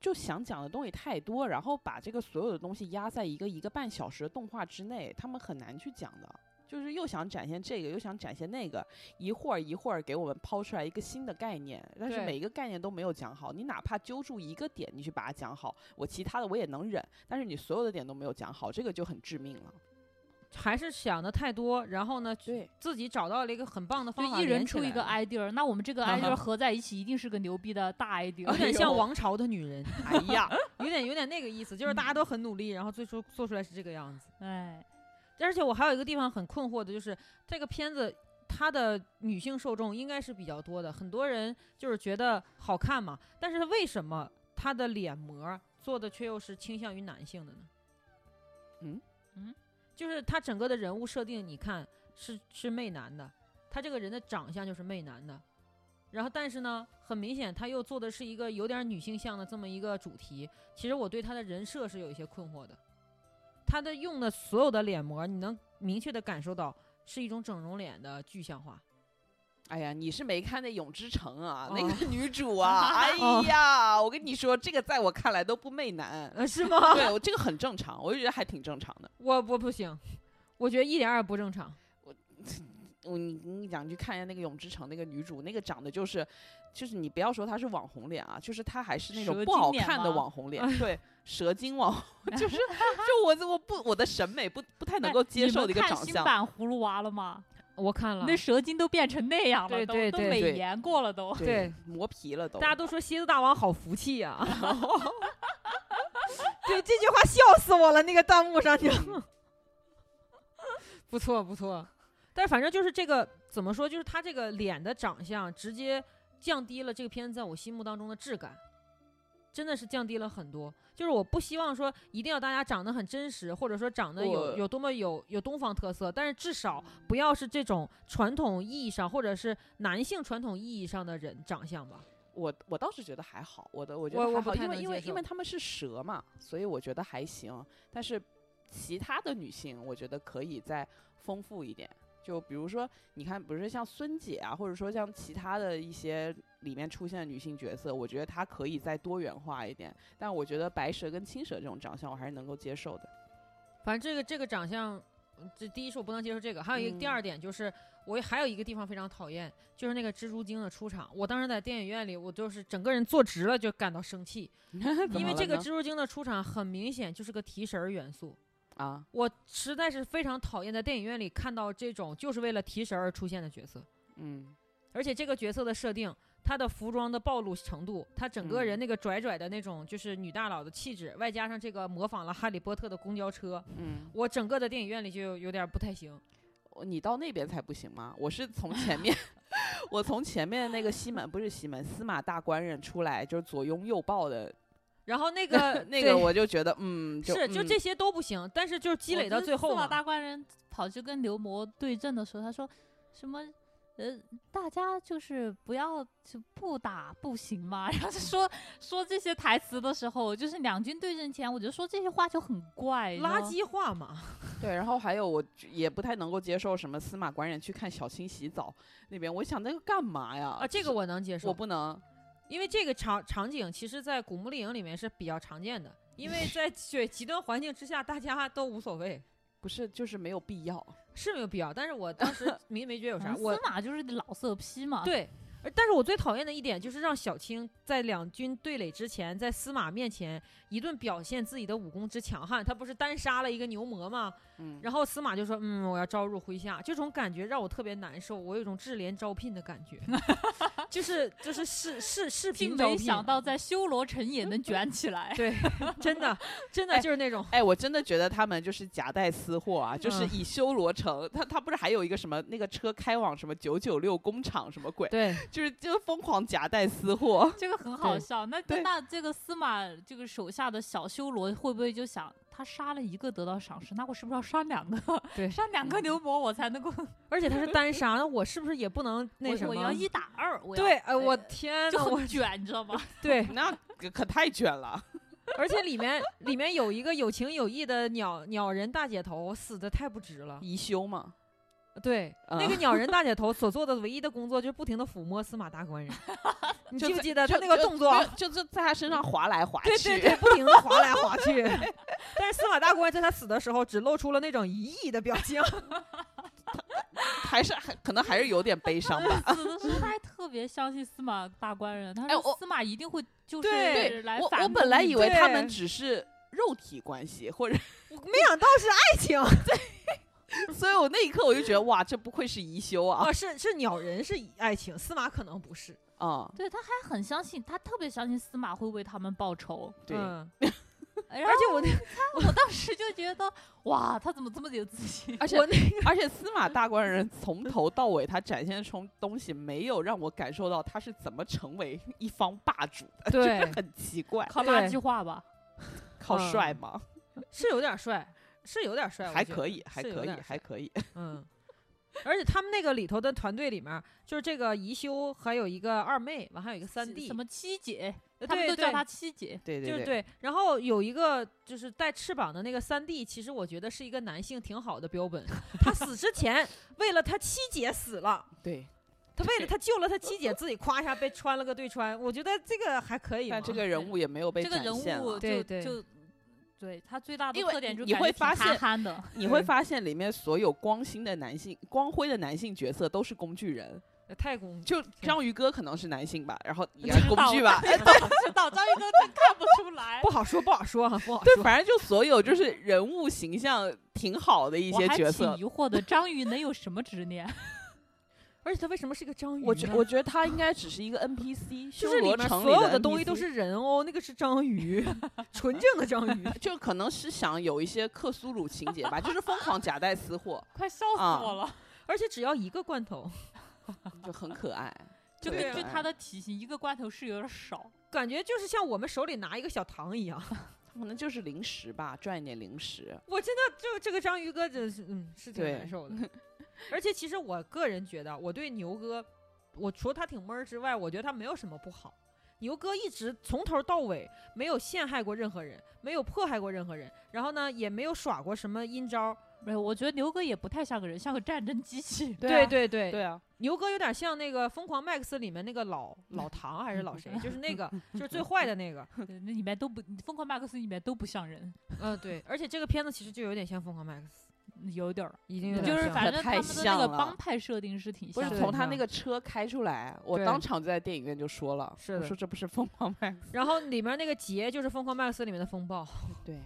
Speaker 2: 就想讲的东西太多，然后把这个所有的东西压在一个一个半小时的动画之内，他们很难去讲的。就是又想展现这个，又想展现那个，一会儿一会儿给我们抛出来一个新的概念，但是
Speaker 3: 对
Speaker 2: 每一个概念都没有讲好。你哪怕揪住一个点，你去把它讲好，我其他的我也能忍，但是你所有的点都没有讲好，这个就很致命了。
Speaker 3: 还是想的太多，然后呢，
Speaker 2: 对，
Speaker 3: 自己找到了一个很棒的方法
Speaker 1: 就一
Speaker 3: 连起来了，
Speaker 1: 人出一个 idea，那我们这个 idea 合在一起一定是个牛逼的大 idea，
Speaker 3: 有点
Speaker 2: 哎
Speaker 3: 像
Speaker 2: 呦
Speaker 3: 王朝的女人，
Speaker 2: 哎呀，
Speaker 3: 有点有点那个意思，就是
Speaker 1: 嗯
Speaker 3: 大家都很努力，然后最初做出来是这个样子。
Speaker 1: 哎，
Speaker 3: 而且我还有一个地方很困惑的，就是这个片子它的女性受众应该是比较多的，很多人就是觉得好看嘛，但是为什么它的脸膜做的却又是倾向于男性的呢？
Speaker 2: 嗯
Speaker 1: 嗯，
Speaker 3: 就是他整个的人物设定，你看是是媚男的，他这个人的长相就是媚男的。然后，但是呢，很明显他又做的是一个有点女性向的这么一个主题。其实我对他的人设是有一些困惑的。他的用的所有的脸膜，你能明确的感受到是一种整容脸的具象化。
Speaker 2: 哎呀，你是没看那《永之城》啊，那
Speaker 3: 哦
Speaker 2: 个女主 啊，哎
Speaker 3: 哦
Speaker 2: 呀，我跟你说，这个在我看来都不媚男，
Speaker 3: 呃，是吗？
Speaker 2: 对我这个很正常，我就觉得还挺正常的。
Speaker 3: 我我不行，我觉得一点儿也不正常。
Speaker 2: 我你你讲，你去看一下那个《永之城》那个女主，那个长得就是，就是你不要说她是网红脸啊，就是她还是那种
Speaker 1: 蛇
Speaker 2: 不好
Speaker 1: 精脸
Speaker 2: 看的
Speaker 1: 吗
Speaker 2: 网红 脸，对，蛇精网红， 就是就我我不我的审美不不太能够接受的一个
Speaker 1: 哎你们
Speaker 2: 长
Speaker 1: 看新
Speaker 2: 相。
Speaker 1: 版葫芦娃了吗？
Speaker 3: 我看了，
Speaker 1: 那蛇精都变成那样了，
Speaker 3: 对对
Speaker 1: 都
Speaker 3: 对
Speaker 1: 都美
Speaker 2: 对
Speaker 1: 颜过了都。
Speaker 3: 对，
Speaker 2: 磨皮了都。
Speaker 3: 大家都说蝎子大王好福气 呀、对这句话笑死我了，那个弹幕上就不错不错，但反正就是这个怎么说，就是他这个脸的长相直接降低了这个片子在我心目当中的质感，真的是降低了很多。就是我不希望说一定要大家长得很真实，或者说长得有
Speaker 2: 我
Speaker 3: 有多么有有东方特色，但是至少不要是这种传统意义上或者是男性传统意义上的人长相吧。
Speaker 2: 我我倒是觉得还好，我的我觉
Speaker 3: 我
Speaker 2: 得
Speaker 3: 我
Speaker 2: 还
Speaker 3: 不
Speaker 2: 好，
Speaker 3: 太
Speaker 2: 因为
Speaker 3: 能
Speaker 2: 因为
Speaker 3: 接
Speaker 2: 因
Speaker 3: 受
Speaker 2: 为他们是蛇嘛，所以我觉得还行。但是其他的女性，我觉得可以再丰富一点。就比如说，你看，不是像孙姐啊，或者说像其他的一些里面出现的女性角色，我觉得她可以再多元化一点。但我觉得白蛇跟青蛇这种长相，我还是能够接 受的。
Speaker 3: 反正这个这个长相，嗯这第一是我不能接受这个，还有一个、第
Speaker 2: 嗯
Speaker 3: 二点就是，我还有一个地方非常讨厌，就是那个蜘蛛精的出场。我当时在电影院里，我就是整个人坐直了，就感到生气，
Speaker 2: 怎么
Speaker 3: 因为
Speaker 2: 了
Speaker 3: 这个
Speaker 2: 呢
Speaker 3: 蜘蛛精的出场很明显就是个提神儿元素。
Speaker 2: 啊，
Speaker 3: 我实在是非常讨厌在电影院里看到这种就是为了提神而出现的角色，
Speaker 2: 嗯，
Speaker 3: 而且这个角色的设定，她的服装的暴露程度，她整个人
Speaker 2: 嗯
Speaker 3: 那个拽拽的那种就是女大佬的气质，外加上这个模仿了哈利波特的公交车，
Speaker 2: 嗯，
Speaker 3: 我整个的电影院里就有点不太行。
Speaker 2: 你到那边才不行吗？我是从前 面，我从前面那个西门不是西门司马大官人出来，就是左拥右抱的
Speaker 3: 然后 那个
Speaker 2: 那
Speaker 3: 对
Speaker 2: 个，我就觉得嗯，就是
Speaker 3: 就
Speaker 2: 嗯
Speaker 3: 这些都不行，但是就是 积累到最后
Speaker 1: 司马
Speaker 3: 嘛，
Speaker 1: 大官人跑去跟牛魔对阵的时候，他说什么？呃，大家就是不要就不打不行吗？ 然后就说说这些台词的时候，就是两军对阵前，我觉得说这些话就很怪，你知道
Speaker 3: 垃
Speaker 1: 吗。
Speaker 3: 圾话嘛。
Speaker 2: 对，然后还有我就也不太能够接受什么司马官人去看小青洗澡那边，我想那个干嘛呀？
Speaker 3: 啊，这
Speaker 2: 是
Speaker 3: 个我能接受，
Speaker 2: 我不能，
Speaker 3: 因为这个场场景其实，在古墓丽影里面是比较常见的，因为在对极端环境之下，大家都无所谓，
Speaker 2: 不是就是没有必要。
Speaker 3: 是没有必要。但是我当 时没没觉得有
Speaker 1: 反
Speaker 3: 啥，
Speaker 1: 正
Speaker 3: 我
Speaker 1: 嗯司马就是老色批嘛，
Speaker 3: 对。而但是我最讨厌的一点就是让小青在两军对垒之前，在司马面前一顿表现自己的武功之强悍。他不是单杀了一个牛魔吗？
Speaker 2: 嗯，
Speaker 3: 然后司马就说：“嗯，我要招入麾下。”这种感觉让我特别难受，我有一种智联招聘的感觉， 就是就是视视视频
Speaker 1: 竟
Speaker 3: 招
Speaker 1: 没
Speaker 3: 聘，
Speaker 1: 想到在修罗城也能卷起 来。
Speaker 3: 对，真的真的
Speaker 2: 哎
Speaker 3: 就是那 种。
Speaker 2: 哎，我真的觉得他们就是夹带私货啊，就是
Speaker 3: 嗯
Speaker 2: 以修罗城，他他不是还有一个什么那个车开往什么九九六工厂什么鬼，
Speaker 3: 对，
Speaker 2: 就是就疯狂夹带私货。
Speaker 1: 这个很好
Speaker 3: 对
Speaker 1: 笑。那
Speaker 2: 对
Speaker 1: 那这个司马这个手下的小修罗会不会就想，他杀了一个得到赏识，那我是不是要杀两个？
Speaker 3: 对嗯
Speaker 1: 杀两个牛魔我才能够，
Speaker 3: 而且他是单杀，那我是不是也不能那
Speaker 1: 我
Speaker 3: 什么？
Speaker 1: 我要一打二，我要
Speaker 3: 对，哎，我
Speaker 1: 呃
Speaker 3: 天
Speaker 1: 就
Speaker 3: 呐，我
Speaker 1: 很卷，你知道 吗？
Speaker 3: 对，
Speaker 2: 那可可太卷了，
Speaker 3: 而且里面里面
Speaker 1: 嗯
Speaker 3: 有一个有情有义的鸟鸟人大姐头，死的太不值了。
Speaker 2: 宜修嘛，
Speaker 3: 对，那个鸟人 大姐头所做的唯一的工作就是不停的抚摸司马大官人，你
Speaker 2: 就
Speaker 3: 记不
Speaker 2: 在
Speaker 3: 记得
Speaker 2: 就
Speaker 3: 他那个
Speaker 2: 就
Speaker 3: 动作？啊
Speaker 2: 就就在他身上划来划去，
Speaker 3: 对对对，不停的划来划 去。但是司马大官在他死的时候，只露出了那种疑异的表 情。
Speaker 2: 还是还可能还是有点悲伤 吧。
Speaker 1: 死的时候他还特别相信司马大官人，他
Speaker 2: 哎
Speaker 1: 说
Speaker 2: 我
Speaker 1: 司马一定会就是
Speaker 3: 对
Speaker 1: 来
Speaker 2: 我
Speaker 1: 反
Speaker 2: 我
Speaker 1: 攻
Speaker 2: 本来
Speaker 1: 你
Speaker 2: 以为他们
Speaker 3: 对
Speaker 2: 只是肉体关系，或 者，
Speaker 3: 没想到是爱情
Speaker 2: 所以我那一刻我就觉得哇，这不愧是宜修啊
Speaker 3: 啊，，是是鸟人是爱情，司马可能不是。
Speaker 2: 啊、
Speaker 1: 对，他还很相信，他特别相信司马会为他们报仇。
Speaker 2: 对，
Speaker 3: 嗯
Speaker 1: 而
Speaker 3: 而且我那
Speaker 1: 我当时就觉得，哇，他怎么这么有自信？
Speaker 2: 而且
Speaker 3: 我那
Speaker 2: 而且司马大官人从头到尾他展现出东西，没有让我感受到他是怎么成为 一方霸主的，
Speaker 3: 对
Speaker 2: 就是很奇怪，
Speaker 1: 靠垃
Speaker 3: 对
Speaker 1: 圾话吧，
Speaker 2: 靠
Speaker 3: 嗯
Speaker 2: 帅吗？
Speaker 3: 是有点帅，是有点帅，我
Speaker 2: 还
Speaker 3: 觉
Speaker 2: 可
Speaker 3: 得
Speaker 2: 以，还
Speaker 3: 是有
Speaker 2: 可以
Speaker 3: 点，
Speaker 2: 还
Speaker 3: 帅
Speaker 2: 可 以，
Speaker 3: 嗯。而且他们那个里头的团队里面，就是这个宜修，还有一个二妹，完还有一个三弟，
Speaker 1: 什么七姐，
Speaker 3: 呃
Speaker 1: 他们
Speaker 3: 对
Speaker 1: 都叫
Speaker 3: 对
Speaker 1: 她七姐。
Speaker 2: 对
Speaker 3: 就
Speaker 2: 对。
Speaker 3: 是对，然后有一个就是带翅膀的那个三弟，其实我觉得是一个男性挺好的标 本。他死之前，为了他七姐死了，
Speaker 2: 对，
Speaker 3: 他为了他救了他七姐，自己夸一下被穿了个对穿，我觉得这个还可以嘛。
Speaker 2: 但这个人
Speaker 1: 对
Speaker 2: 物也没有被
Speaker 1: 这个
Speaker 2: 展
Speaker 1: 人
Speaker 2: 现
Speaker 1: 物
Speaker 2: 了。
Speaker 1: 就
Speaker 3: 对对
Speaker 1: 就对他最大的
Speaker 2: 因为
Speaker 1: 特点就是
Speaker 2: 你
Speaker 1: 感
Speaker 2: 会
Speaker 1: 觉挺
Speaker 2: 发现
Speaker 1: 憨憨 的，
Speaker 2: 你会
Speaker 3: 对
Speaker 2: 发现里面所有光新的男性、光辉的男性角色都是工具人，
Speaker 3: 呃太公
Speaker 2: 就章鱼哥可能是男性吧， 然后也
Speaker 1: 知
Speaker 2: 是工
Speaker 1: 道
Speaker 2: 具吧，
Speaker 1: 知道章鱼哥真看不出来
Speaker 3: 不。好说，不好说，啊，不好
Speaker 2: 对，
Speaker 3: 说。
Speaker 2: 哎反正就所有就是人物形象挺好的一
Speaker 1: 我
Speaker 2: 些
Speaker 1: 还
Speaker 2: 角
Speaker 1: 挺
Speaker 2: 色。
Speaker 1: 疑惑的，章鱼能有什么执念？
Speaker 3: 而且他为什么是个章鱼呢？
Speaker 2: 我觉我觉得他应该只是一个 NPC，
Speaker 3: 就是里
Speaker 2: 罗
Speaker 3: 面
Speaker 2: 城
Speaker 3: 所有
Speaker 2: 的
Speaker 3: 东西都
Speaker 2: NPC
Speaker 3: 是人哦，那个是章鱼， 纯正的章 鱼。
Speaker 2: 就可能是想有一些克苏鲁情节吧，就是疯狂夹带私货，
Speaker 1: 快笑死
Speaker 2: 啊
Speaker 1: 我了！
Speaker 3: 而且只要一个罐头，
Speaker 2: 就很可爱。
Speaker 1: 就
Speaker 2: 对
Speaker 1: 根据
Speaker 2: 哎
Speaker 1: 他的体型，一个罐头是有点少。
Speaker 3: 感觉就是像我们手里拿一个小糖一样。
Speaker 2: 可能就是零食吧，赚一点零食。
Speaker 3: 我真的就这个章鱼哥真是，嗯，是挺
Speaker 2: 对
Speaker 3: 难受的。而且其实我个人觉得，我对牛哥，我除了他挺闷儿之外，我觉得他没有什么不好。牛哥一直从头到尾没有陷害过任何人，没有迫害过任何人，然后呢也没有耍过什么阴招。
Speaker 1: 没有，我觉得牛哥也不太像个人，像个战争机 器。
Speaker 3: 对对对，
Speaker 2: 对啊，
Speaker 3: 牛哥有点像那个《疯狂麦克斯》里面那个老老唐还是老谁，就是那个就是最坏的那个。
Speaker 1: 对那里面都不，疯狂麦克斯里面都不像人，
Speaker 3: 嗯，对。而且这个片子其实就有点像《疯狂麦克斯
Speaker 1: 有点儿，》，
Speaker 3: 已经有
Speaker 2: 对
Speaker 3: 点
Speaker 1: 就是
Speaker 3: 像
Speaker 1: 反
Speaker 2: 了
Speaker 1: 正他
Speaker 2: 太
Speaker 1: 们的那
Speaker 2: 像
Speaker 1: 个
Speaker 2: 了
Speaker 1: 帮派设定是挺
Speaker 2: 不
Speaker 1: 像
Speaker 2: 是
Speaker 1: 的。
Speaker 2: 从他
Speaker 3: 像
Speaker 2: 那个车开出来，我
Speaker 3: 对
Speaker 2: 当场就在电影院就说了，
Speaker 3: 是
Speaker 2: 我
Speaker 3: 的
Speaker 2: 说这不是疯狂麦克斯？
Speaker 3: 然后里面那个杰就是《疯狂麦克斯》里面的风暴，
Speaker 2: 对，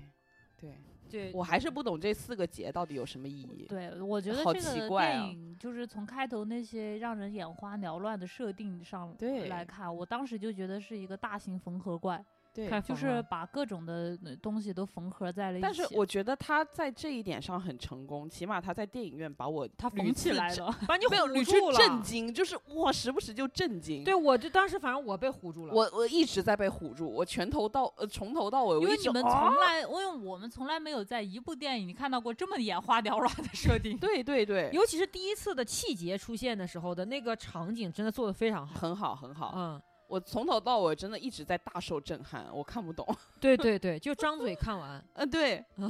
Speaker 2: 对，
Speaker 3: 对，
Speaker 2: 我还是不懂这四个节到底有什么意义。
Speaker 1: 对，我觉得
Speaker 2: 好
Speaker 1: 这
Speaker 2: 奇
Speaker 1: 个
Speaker 2: 怪
Speaker 1: 电
Speaker 2: 啊
Speaker 1: 影就是从开头那些让人眼花缭乱的设定上
Speaker 2: 对
Speaker 1: 来看，我当时就觉得是一个大型缝合怪，
Speaker 2: 对
Speaker 3: 太
Speaker 1: 就
Speaker 3: 疯了
Speaker 1: 是把各种的呃东西都缝合在了一起。
Speaker 2: 但是我觉得他在这一点上很成功，起码他在电影院把我
Speaker 1: 它
Speaker 2: 捋
Speaker 1: 缝起
Speaker 2: 次
Speaker 1: 来
Speaker 2: 震，
Speaker 1: 了，
Speaker 3: 把你
Speaker 2: 没有
Speaker 3: 唬
Speaker 2: 捋
Speaker 3: 住
Speaker 2: 出
Speaker 3: 了。
Speaker 2: 震惊，就是哇，时不时就震惊。
Speaker 3: 对，我就当时反正我被唬住了。
Speaker 2: 我我一直在被唬住，我全头到呃从头到尾，我
Speaker 1: 因为
Speaker 2: 一直
Speaker 1: 你们
Speaker 2: 啊
Speaker 1: 从来，因为我们从来没有在一部电影里看到过这么眼花缭乱的设 定。
Speaker 2: 对对对，
Speaker 3: 尤其是第一次的气节出现的时候的那个场景，真的做的非常好。
Speaker 2: 很好很好，
Speaker 3: 嗯，
Speaker 2: 我从头到尾真的一直在大受震撼，我看不懂。
Speaker 3: 对对对，就张嘴 看完，
Speaker 2: 嗯、 对
Speaker 3: 啊，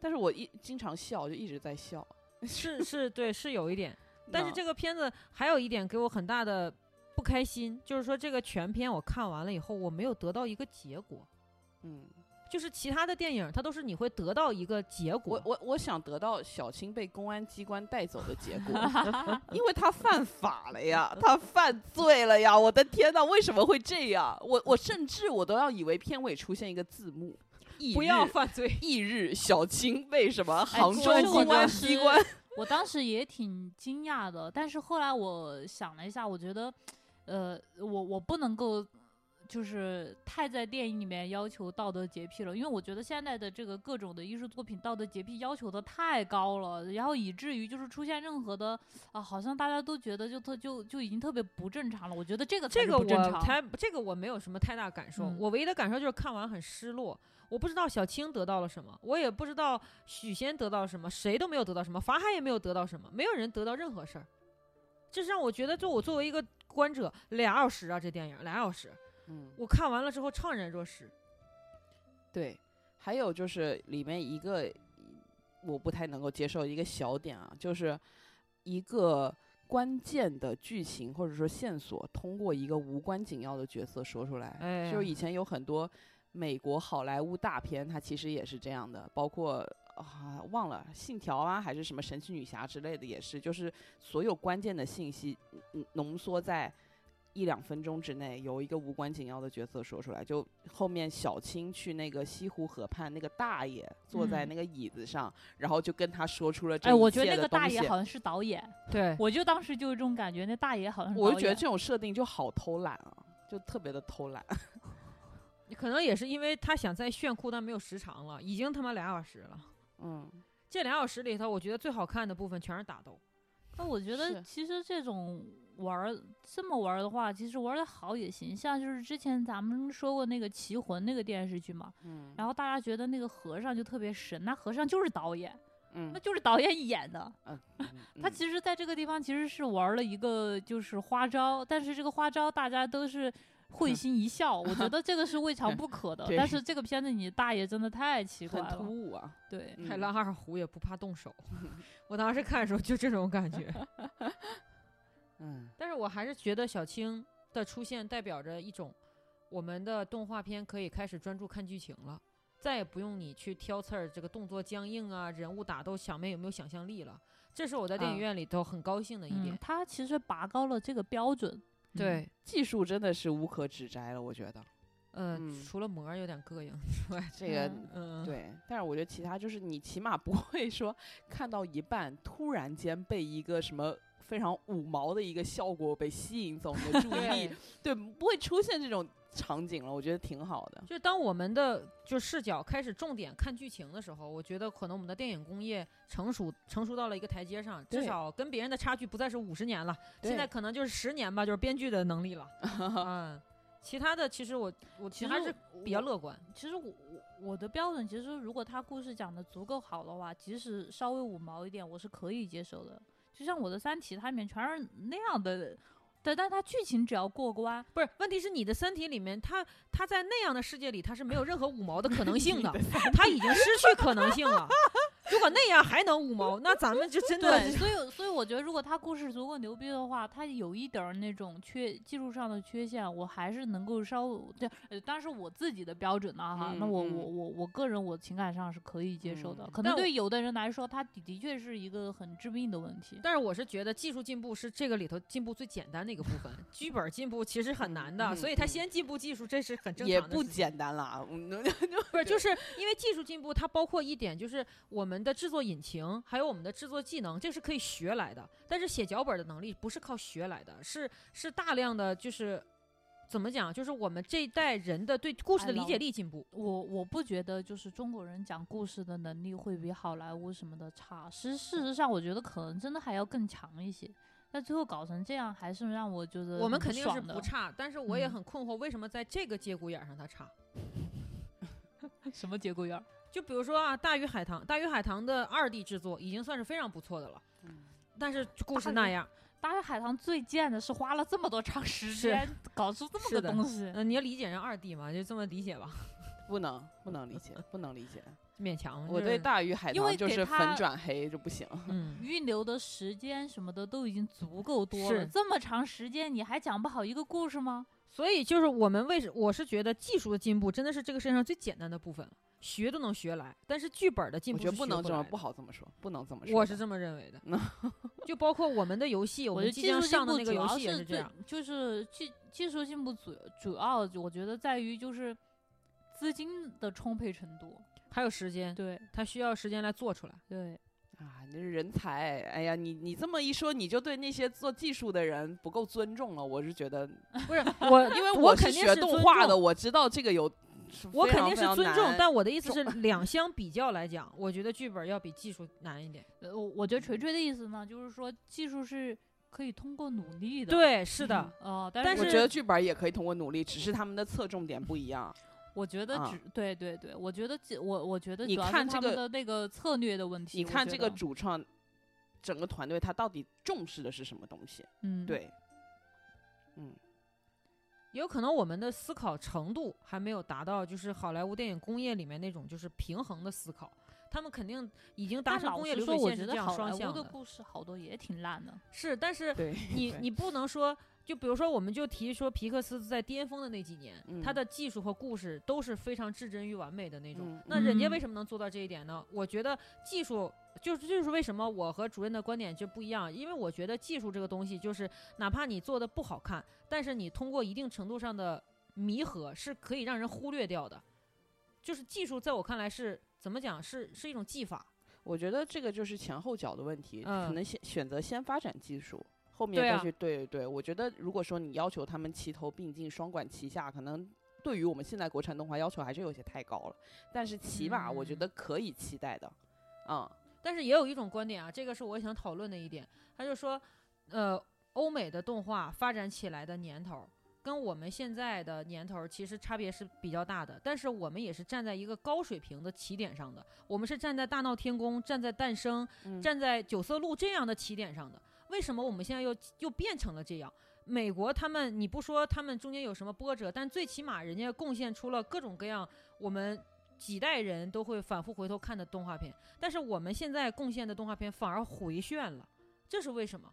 Speaker 2: 但是我一经常笑，就一直在笑。
Speaker 3: 是是，对，是有 一点。但是
Speaker 2: 嗯
Speaker 3: 这个片子还有一点给我很大的不开心，就是说这个全片我看完了以后，我没有得到一个结果。
Speaker 2: 嗯，
Speaker 3: 就是其他的电影，它都是你会得到一个结
Speaker 2: 我
Speaker 3: 果。
Speaker 2: 我我想得到小青被公安机关带走的结 果，因为他犯法了呀，他犯罪了呀！我的天呐，为什么会这样？我我甚至我都要以为片尾出现一个字幕，翌
Speaker 3: 不要
Speaker 2: 日
Speaker 3: 犯罪。
Speaker 2: 翌日小青被什
Speaker 3: 哎
Speaker 2: 么杭
Speaker 1: 其
Speaker 2: 州
Speaker 1: 实我
Speaker 2: 公安
Speaker 1: 当
Speaker 2: 机
Speaker 1: 时
Speaker 2: 关
Speaker 1: 我当时也挺惊讶的，但是后来我想了一下，我觉得，呃，我我不能够就是太在电影里面要求道德洁癖了，因为我觉得现在的这个各种的艺术作品道德洁癖要求的太高了，然后以至于就是出现任何的啊、好像大家都觉得就特就就已经特别不正常了。我觉得这个才
Speaker 3: 这
Speaker 1: 是
Speaker 3: 个
Speaker 1: 不正
Speaker 3: 我
Speaker 1: 常。
Speaker 3: 才这个我没有什么太大感受，
Speaker 1: 嗯
Speaker 3: 我唯一的感受就是看完很失落。我不知道小青得到了什么，我也不知道许仙得到了什么，谁都没有得到什么，法海也没有得到什么，没有人得到任何事儿。这是让我觉得，就我作为一个观者，俩小时啊，这电影俩小时，
Speaker 2: 嗯，
Speaker 3: 我看完了之后怅然若失。
Speaker 2: 对，还有就是里面一个我不太能够接受的一个小点啊，就是一个关键的剧情或者说线索，通过一个无关紧要的角色说出来。
Speaker 3: 哎
Speaker 2: 就是
Speaker 3: 呀
Speaker 2: 以前有很多美国好莱坞大片，它其实也是这样的，包括。啊，忘了《信条》啊，还是什么《神奇女侠》之类的，也是，就是所有关键的信息，嗯浓缩在一两分钟之内，由一个无关紧要的角色说出来。就后面小青去那个西湖河畔，那个大爷坐在
Speaker 1: 嗯
Speaker 2: 那个椅子上，然后就跟他说出了这
Speaker 1: 哎，我
Speaker 2: 一
Speaker 1: 觉得
Speaker 2: 切
Speaker 1: 那
Speaker 2: 的
Speaker 1: 个
Speaker 2: 东
Speaker 1: 大
Speaker 2: 西。
Speaker 1: 爷好像是导演，
Speaker 3: 对，
Speaker 1: 我就当时就有这种感觉，那大爷好像是
Speaker 2: 我就
Speaker 1: 导
Speaker 2: 觉得
Speaker 1: 演
Speaker 2: 这种设定就好偷懒啊，就特别的偷懒。
Speaker 3: 可能也是因为他想再炫酷，但没有时长了，已经他妈俩小时了。
Speaker 2: 嗯，
Speaker 3: 这俩小时里头，我觉得最好看的部分全是打斗。
Speaker 1: 那我觉得
Speaker 2: 是
Speaker 1: 其实这种玩儿这么玩儿的话，其实玩的好也行。像就是之前咱们说过那个《棋魂》那个电视剧嘛，
Speaker 2: 嗯
Speaker 1: 然后大家觉得那个和尚就特别神，那和尚就是导演，
Speaker 2: 嗯
Speaker 1: 那，就是导演演的。
Speaker 2: 嗯嗯
Speaker 1: 他
Speaker 2: 嗯
Speaker 1: 其实在这个地方其实是玩了一个就是花招，但是这个花招大家都是。会心一笑，我觉得这个是未尝不可的。
Speaker 2: 对
Speaker 1: 但是这个片子你大爷真的太奇怪
Speaker 2: 很突
Speaker 1: 了，
Speaker 2: 兀啊。
Speaker 1: 对，
Speaker 3: 海
Speaker 2: 嗯
Speaker 3: 拉二胡也不怕 动手，我当时看的时候就这种感觉。
Speaker 2: 嗯
Speaker 3: 但是我还是觉得小青的出现代表着一种，我们的动画片可以开始专注看剧情了，再也不用你去挑刺儿这个动作僵硬啊，人物打斗场面有没有想象力了。这是我在电影
Speaker 2: 啊
Speaker 3: 院里头很高兴的一点。
Speaker 1: 嗯，他其实拔高了这个标准。嗯，
Speaker 3: 对，
Speaker 2: 技术真的是无可指摘了，我 觉得
Speaker 3: 呃，
Speaker 2: 嗯
Speaker 3: 除了膜儿有点膈应之外，
Speaker 2: 这个、
Speaker 1: 嗯
Speaker 3: 嗯，
Speaker 2: 对。但是我觉得其他就是你起码不会说看到一半突然间被一个什么。非常五毛的一个效果被吸引走你的注意力对，
Speaker 3: 对，，
Speaker 2: 不会出现这种场景了，我觉得挺好的。
Speaker 3: 就是当我们的就视角开始重点看剧情的时候，我觉得可能我们的电影工业成熟成熟到了一个台阶上，至
Speaker 2: 对
Speaker 3: 少跟别人的差距不再是五十年了，现
Speaker 2: 对
Speaker 3: 在可能就是十年吧，就是编剧的能力了。嗯，其他的其实我我
Speaker 1: 其实
Speaker 3: 还是比较
Speaker 1: 我
Speaker 3: 乐观。
Speaker 1: 其实我我我的标准，其实如果他故事讲的足够好的话，即使稍微五毛一点，我是可以接受的。就像我的《三体》，它里面全是那样的，但但它剧情只要过关，
Speaker 3: 不是，问题是你的《三体》里面，他他在那样的世界里，他是没有任何五毛的可能性的，他已经失去可能性了。如果那样还能五毛，那咱们就真的
Speaker 1: 所以所以我觉得，如果他故事足够牛逼的话，他有一点儿那种缺技术上的缺陷，我还是能够稍微对，呃，当然是我自己的标准啊哈。
Speaker 2: 嗯
Speaker 1: 那我
Speaker 2: 嗯
Speaker 1: 我我我个人我情感上是可以接受的，
Speaker 2: 嗯
Speaker 1: 可
Speaker 3: 但
Speaker 1: 能
Speaker 3: 我
Speaker 1: 对有的人来说，他的的确是一个很致命的问题。
Speaker 3: 但是我是觉得技术进步是这个里头进步最简单的一个部分，剧本进步其实很难的，
Speaker 2: 嗯
Speaker 3: 所以他
Speaker 2: 嗯
Speaker 3: 先进步技术，这是很正常的
Speaker 2: 也不
Speaker 3: 事情
Speaker 2: 简单啦，嗯
Speaker 3: 不是，就是因为技术进步，它包括一点就是我们的制作引擎，还有我们的制作技能，这是可以学来的。但是写脚本的能力不是靠学来的，是是大量的就是怎么讲，就是我们这一代人的对故事的理解力进步。
Speaker 1: 我我不觉得就是中国人讲故事的能力会比好莱坞什么的差，是事实上我觉得可能真的还要更强一些。但最后搞成这样，还是让我觉得
Speaker 3: 我们
Speaker 1: 嗯很
Speaker 3: 肯定是
Speaker 1: 爽的
Speaker 3: 不，差，但是我也
Speaker 1: 嗯
Speaker 3: 很困惑，为什么在这个节骨眼儿上它差？
Speaker 1: 什么节骨眼儿？
Speaker 3: 就比如说啊，《大鱼海棠》《大鱼海棠》的二 D 制作已经算是非常不错的了，
Speaker 2: 嗯
Speaker 3: 但是故事
Speaker 1: 大鱼
Speaker 3: 那样，
Speaker 1: 大鱼海棠最贱的是花了这么多长时
Speaker 3: 是
Speaker 1: 间搞出这
Speaker 3: 是
Speaker 1: 么个
Speaker 3: 的
Speaker 1: 东西
Speaker 3: 嗯、，你要理解人二 D 嘛，就这么理解吧，
Speaker 2: 不能不能理解，不能理 解。
Speaker 3: 勉强。
Speaker 2: 我
Speaker 3: 就
Speaker 2: 对
Speaker 3: 是
Speaker 2: 大鱼海
Speaker 1: 因为
Speaker 2: 棠就
Speaker 1: 给
Speaker 2: 是
Speaker 1: 它
Speaker 2: 粉转黑就不行。
Speaker 3: 嗯。
Speaker 1: 预留的时间什么的都已经足够多了，
Speaker 3: 是
Speaker 1: 这么长时间你还讲不好一个故事吗？
Speaker 3: 所以就是我们为什我是觉得技术的进步真的是这个世界上最简单的部分了，学都能学来，但是剧本的进
Speaker 2: 我
Speaker 3: 步
Speaker 2: 觉得
Speaker 3: 是
Speaker 2: 不
Speaker 3: 学
Speaker 2: 能这
Speaker 3: 来
Speaker 2: 么
Speaker 3: 的
Speaker 2: 不。好这么说，不能这么说的。
Speaker 3: 我是这么认 为的，就包括我们的游戏，我
Speaker 1: 我觉
Speaker 3: 们
Speaker 1: 得
Speaker 3: 即
Speaker 1: 技
Speaker 3: 将
Speaker 1: 术进
Speaker 3: 上的
Speaker 1: 步
Speaker 3: 那个
Speaker 1: 主
Speaker 3: 游
Speaker 1: 要
Speaker 3: 戏也
Speaker 1: 是
Speaker 3: 是这
Speaker 1: 最
Speaker 3: 样。
Speaker 1: 就是技技术进步主主要我觉得在于就是资金的充沛程度，
Speaker 3: 还有时间，
Speaker 1: 对
Speaker 3: 它需要时间来做 出来。
Speaker 1: 对，
Speaker 2: 啊，你这是人才！哎呀，你你这么一说，你就对那些做技术的人不够尊重了。我是觉得，
Speaker 3: 不是我，
Speaker 2: 因为
Speaker 3: 我
Speaker 2: 是
Speaker 3: 肯定
Speaker 2: 学
Speaker 3: 是
Speaker 2: 动
Speaker 3: 尊
Speaker 2: 画
Speaker 3: 重
Speaker 2: 的，我知道这个有，是
Speaker 3: 我
Speaker 2: 非
Speaker 3: 肯
Speaker 2: 常非
Speaker 3: 定是
Speaker 2: 常
Speaker 3: 尊重，
Speaker 2: 难
Speaker 3: 但我的意思是两相比较来讲，我觉得剧本要比技术难一点。
Speaker 1: 呃我我觉得锤锤的意思呢，就是说技术是可以通过努力的，，
Speaker 3: 对，是
Speaker 2: 嗯
Speaker 3: 的，
Speaker 1: 哦、
Speaker 3: 但
Speaker 2: 我
Speaker 1: 是
Speaker 2: 觉得剧本也可以通过努力，只是他们的侧重点不一样。
Speaker 1: 我觉得
Speaker 2: 啊
Speaker 1: 只、对对对，我觉得技我我觉得
Speaker 2: 你
Speaker 1: 主要是
Speaker 2: 看这
Speaker 1: 他们
Speaker 2: 个
Speaker 1: 的那个策略的问题。
Speaker 2: 你
Speaker 1: 我
Speaker 2: 看
Speaker 1: 觉
Speaker 2: 这个
Speaker 1: 得，
Speaker 2: 主创，整个团队他到底重视的是什么东西？
Speaker 1: 嗯，，
Speaker 2: 对，嗯，
Speaker 3: 也有可能我们的思考程度还没有达到，就是好莱坞电影工业里面那种就是平衡的思考。他们肯定已经达
Speaker 1: 但
Speaker 3: 成
Speaker 1: 老
Speaker 3: 工业
Speaker 1: 实
Speaker 3: 流
Speaker 1: 说，
Speaker 3: 水
Speaker 1: 我
Speaker 3: 线
Speaker 1: 觉
Speaker 3: 是
Speaker 1: 得
Speaker 3: 这样
Speaker 1: 好
Speaker 3: 双
Speaker 1: 莱坞
Speaker 3: 向
Speaker 1: 的
Speaker 3: 的。
Speaker 1: 故事好多也挺烂的。
Speaker 3: 是，但是
Speaker 2: 对，
Speaker 3: 你
Speaker 2: 对
Speaker 3: 你不能说，就比如说我们就提说皮克斯在巅峰的那几年，他
Speaker 2: 嗯
Speaker 3: 的技术和故事都是非常至真于完美的那种。
Speaker 2: 嗯
Speaker 3: 那人家
Speaker 1: 嗯
Speaker 3: 为什么能做到这一点呢？我觉得技术。就是就是为什么我和主任的观点就不一样，因为我觉得技术这个东西，就是哪怕你做的不好看，但是你通过一定程度上的弥合是可以让人忽略掉的。就是技术在我看来是怎么讲，是是一种技法，
Speaker 2: 我觉得这个就是前后脚的问题，可
Speaker 3: 嗯
Speaker 2: 能先选择先发展技术，后面
Speaker 3: 对
Speaker 2: 再
Speaker 3: 啊
Speaker 2: 去对对对。我觉得如果说你要求他们齐头并进、双管齐下，可能对于我们现在国产动画要求还是有些太高了。但是起码我觉
Speaker 3: 嗯
Speaker 2: 得可以期待的，嗯，
Speaker 3: 但是也有一种观点啊，这个是我想讨论的一点，他就说，呃，欧美的动画发展起来的年头儿跟我们现在的年头儿其实差别是比较大的，但是我们也是站在一个高水平的起点上的，我们是站在《大闹天宫》、站在《诞生》、
Speaker 2: 嗯
Speaker 3: 站在《九色鹿》这样的起点上的。为什么我们现在又又变成了这样？美国他们，你不说他们中间有什么波折，但最起码人家贡献出了各种各样我们几代人都会反复回头看的动画片。但是我们现在贡献的动画片反而回旋了，这是为什么？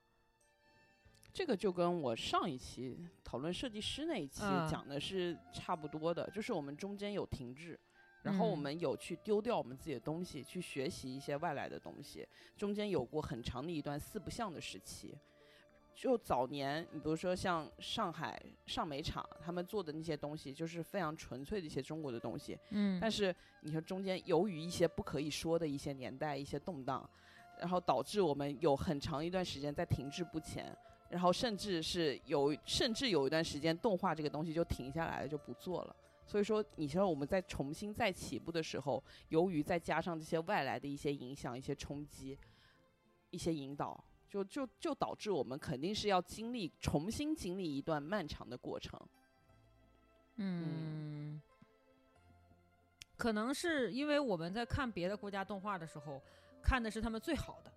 Speaker 2: 这个就跟我上一期讨论设计师那一期
Speaker 3: 嗯
Speaker 2: 讲的是差不多的，就是我们中间有停滞，然后我
Speaker 3: 嗯
Speaker 2: 们有去丢掉我们自己的东西，去学习一些外来的东西，中间有过很长的一段四不像的时期。就早年，你比如说像上海上美厂他们做的那些东西，就是非常纯粹的一些中国的东西，
Speaker 3: 嗯
Speaker 2: 但是你说中间由于一些不可以说的一些年代、一些动荡，然后导致我们有很长一段时间在停滞不前，然后甚至是有甚至有一段时间动画这个东西就停下来了，就不做了。所以说，你说我们在重新再起步的时候，由于再加上这些外来的一些影响、一些冲击、一些引导，就就就导致我们肯定是要经历重新经历一段漫长的过程。
Speaker 3: 嗯，可能是因为我们在看别的国家动画的时候，看的是他们最好的。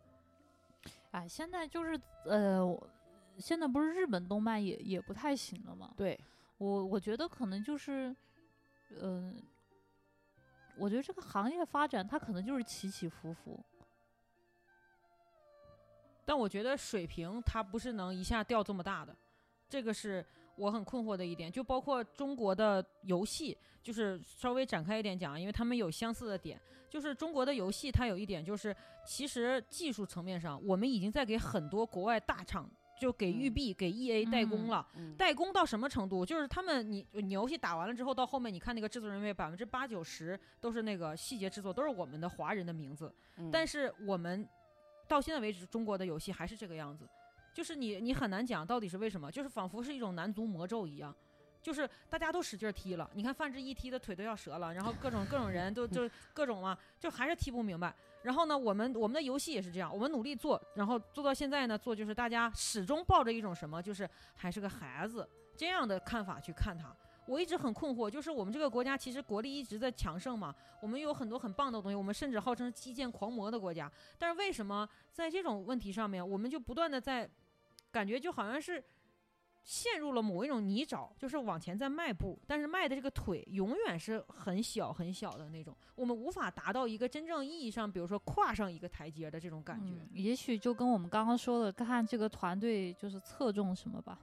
Speaker 1: 哎，现在就是呃，我现在不是日本动漫也也不太行了吗？
Speaker 2: 对，
Speaker 1: 我我觉得可能就是，嗯、我觉得这个行业发展它可能就是起起伏伏。
Speaker 3: 但我觉得水平它不是能一下掉这么大的，这个是我很困惑的一点。就包括中国的游戏，就是稍微展开一点讲，因为他们有相似的点。就是中国的游戏，它有一点就是，其实技术层面上，我们已经在给很多国外大厂，就给育
Speaker 2: 嗯
Speaker 3: 碧、给 EA 代
Speaker 1: 嗯
Speaker 3: 工了。
Speaker 2: 嗯，
Speaker 3: 代工到什么程度？就是他们你你游戏打完了之后，到后面你看那个制作人员百分之八九十都是那个细节制作，都是我们的华人的名字。
Speaker 2: 嗯
Speaker 3: 但是我们到现在为止，中国的游戏还是这个样子，就是你你很难讲到底是为什么，就是仿佛是一种男足魔咒一样。就是大家都使劲儿踢了，你看范志毅踢的腿都要折了，然后各种各种人都就各种嘛，就还是踢不明白。然后呢，我们我们的游戏也是这样，我们努力做，然后做到现在呢，做就是大家始终抱着一种什么，就是还是个孩子这样的看法去看他。我一直很困惑，就是我们这个国家其实国力一直在强盛嘛，我们有很多很棒的东西，我们甚至号称是基建狂魔的国家，但是为什么在这种问题上面，我们就不断的在感觉就好像是陷入了某一种泥沼，就是往前在迈步，但是迈的这个腿永远是很小很小的那种，我们无法达到一个真正意义上，比如说跨上一个台阶的这种感觉。
Speaker 1: 嗯也许就跟我们刚刚说的，看这个团队就是侧重什么吧。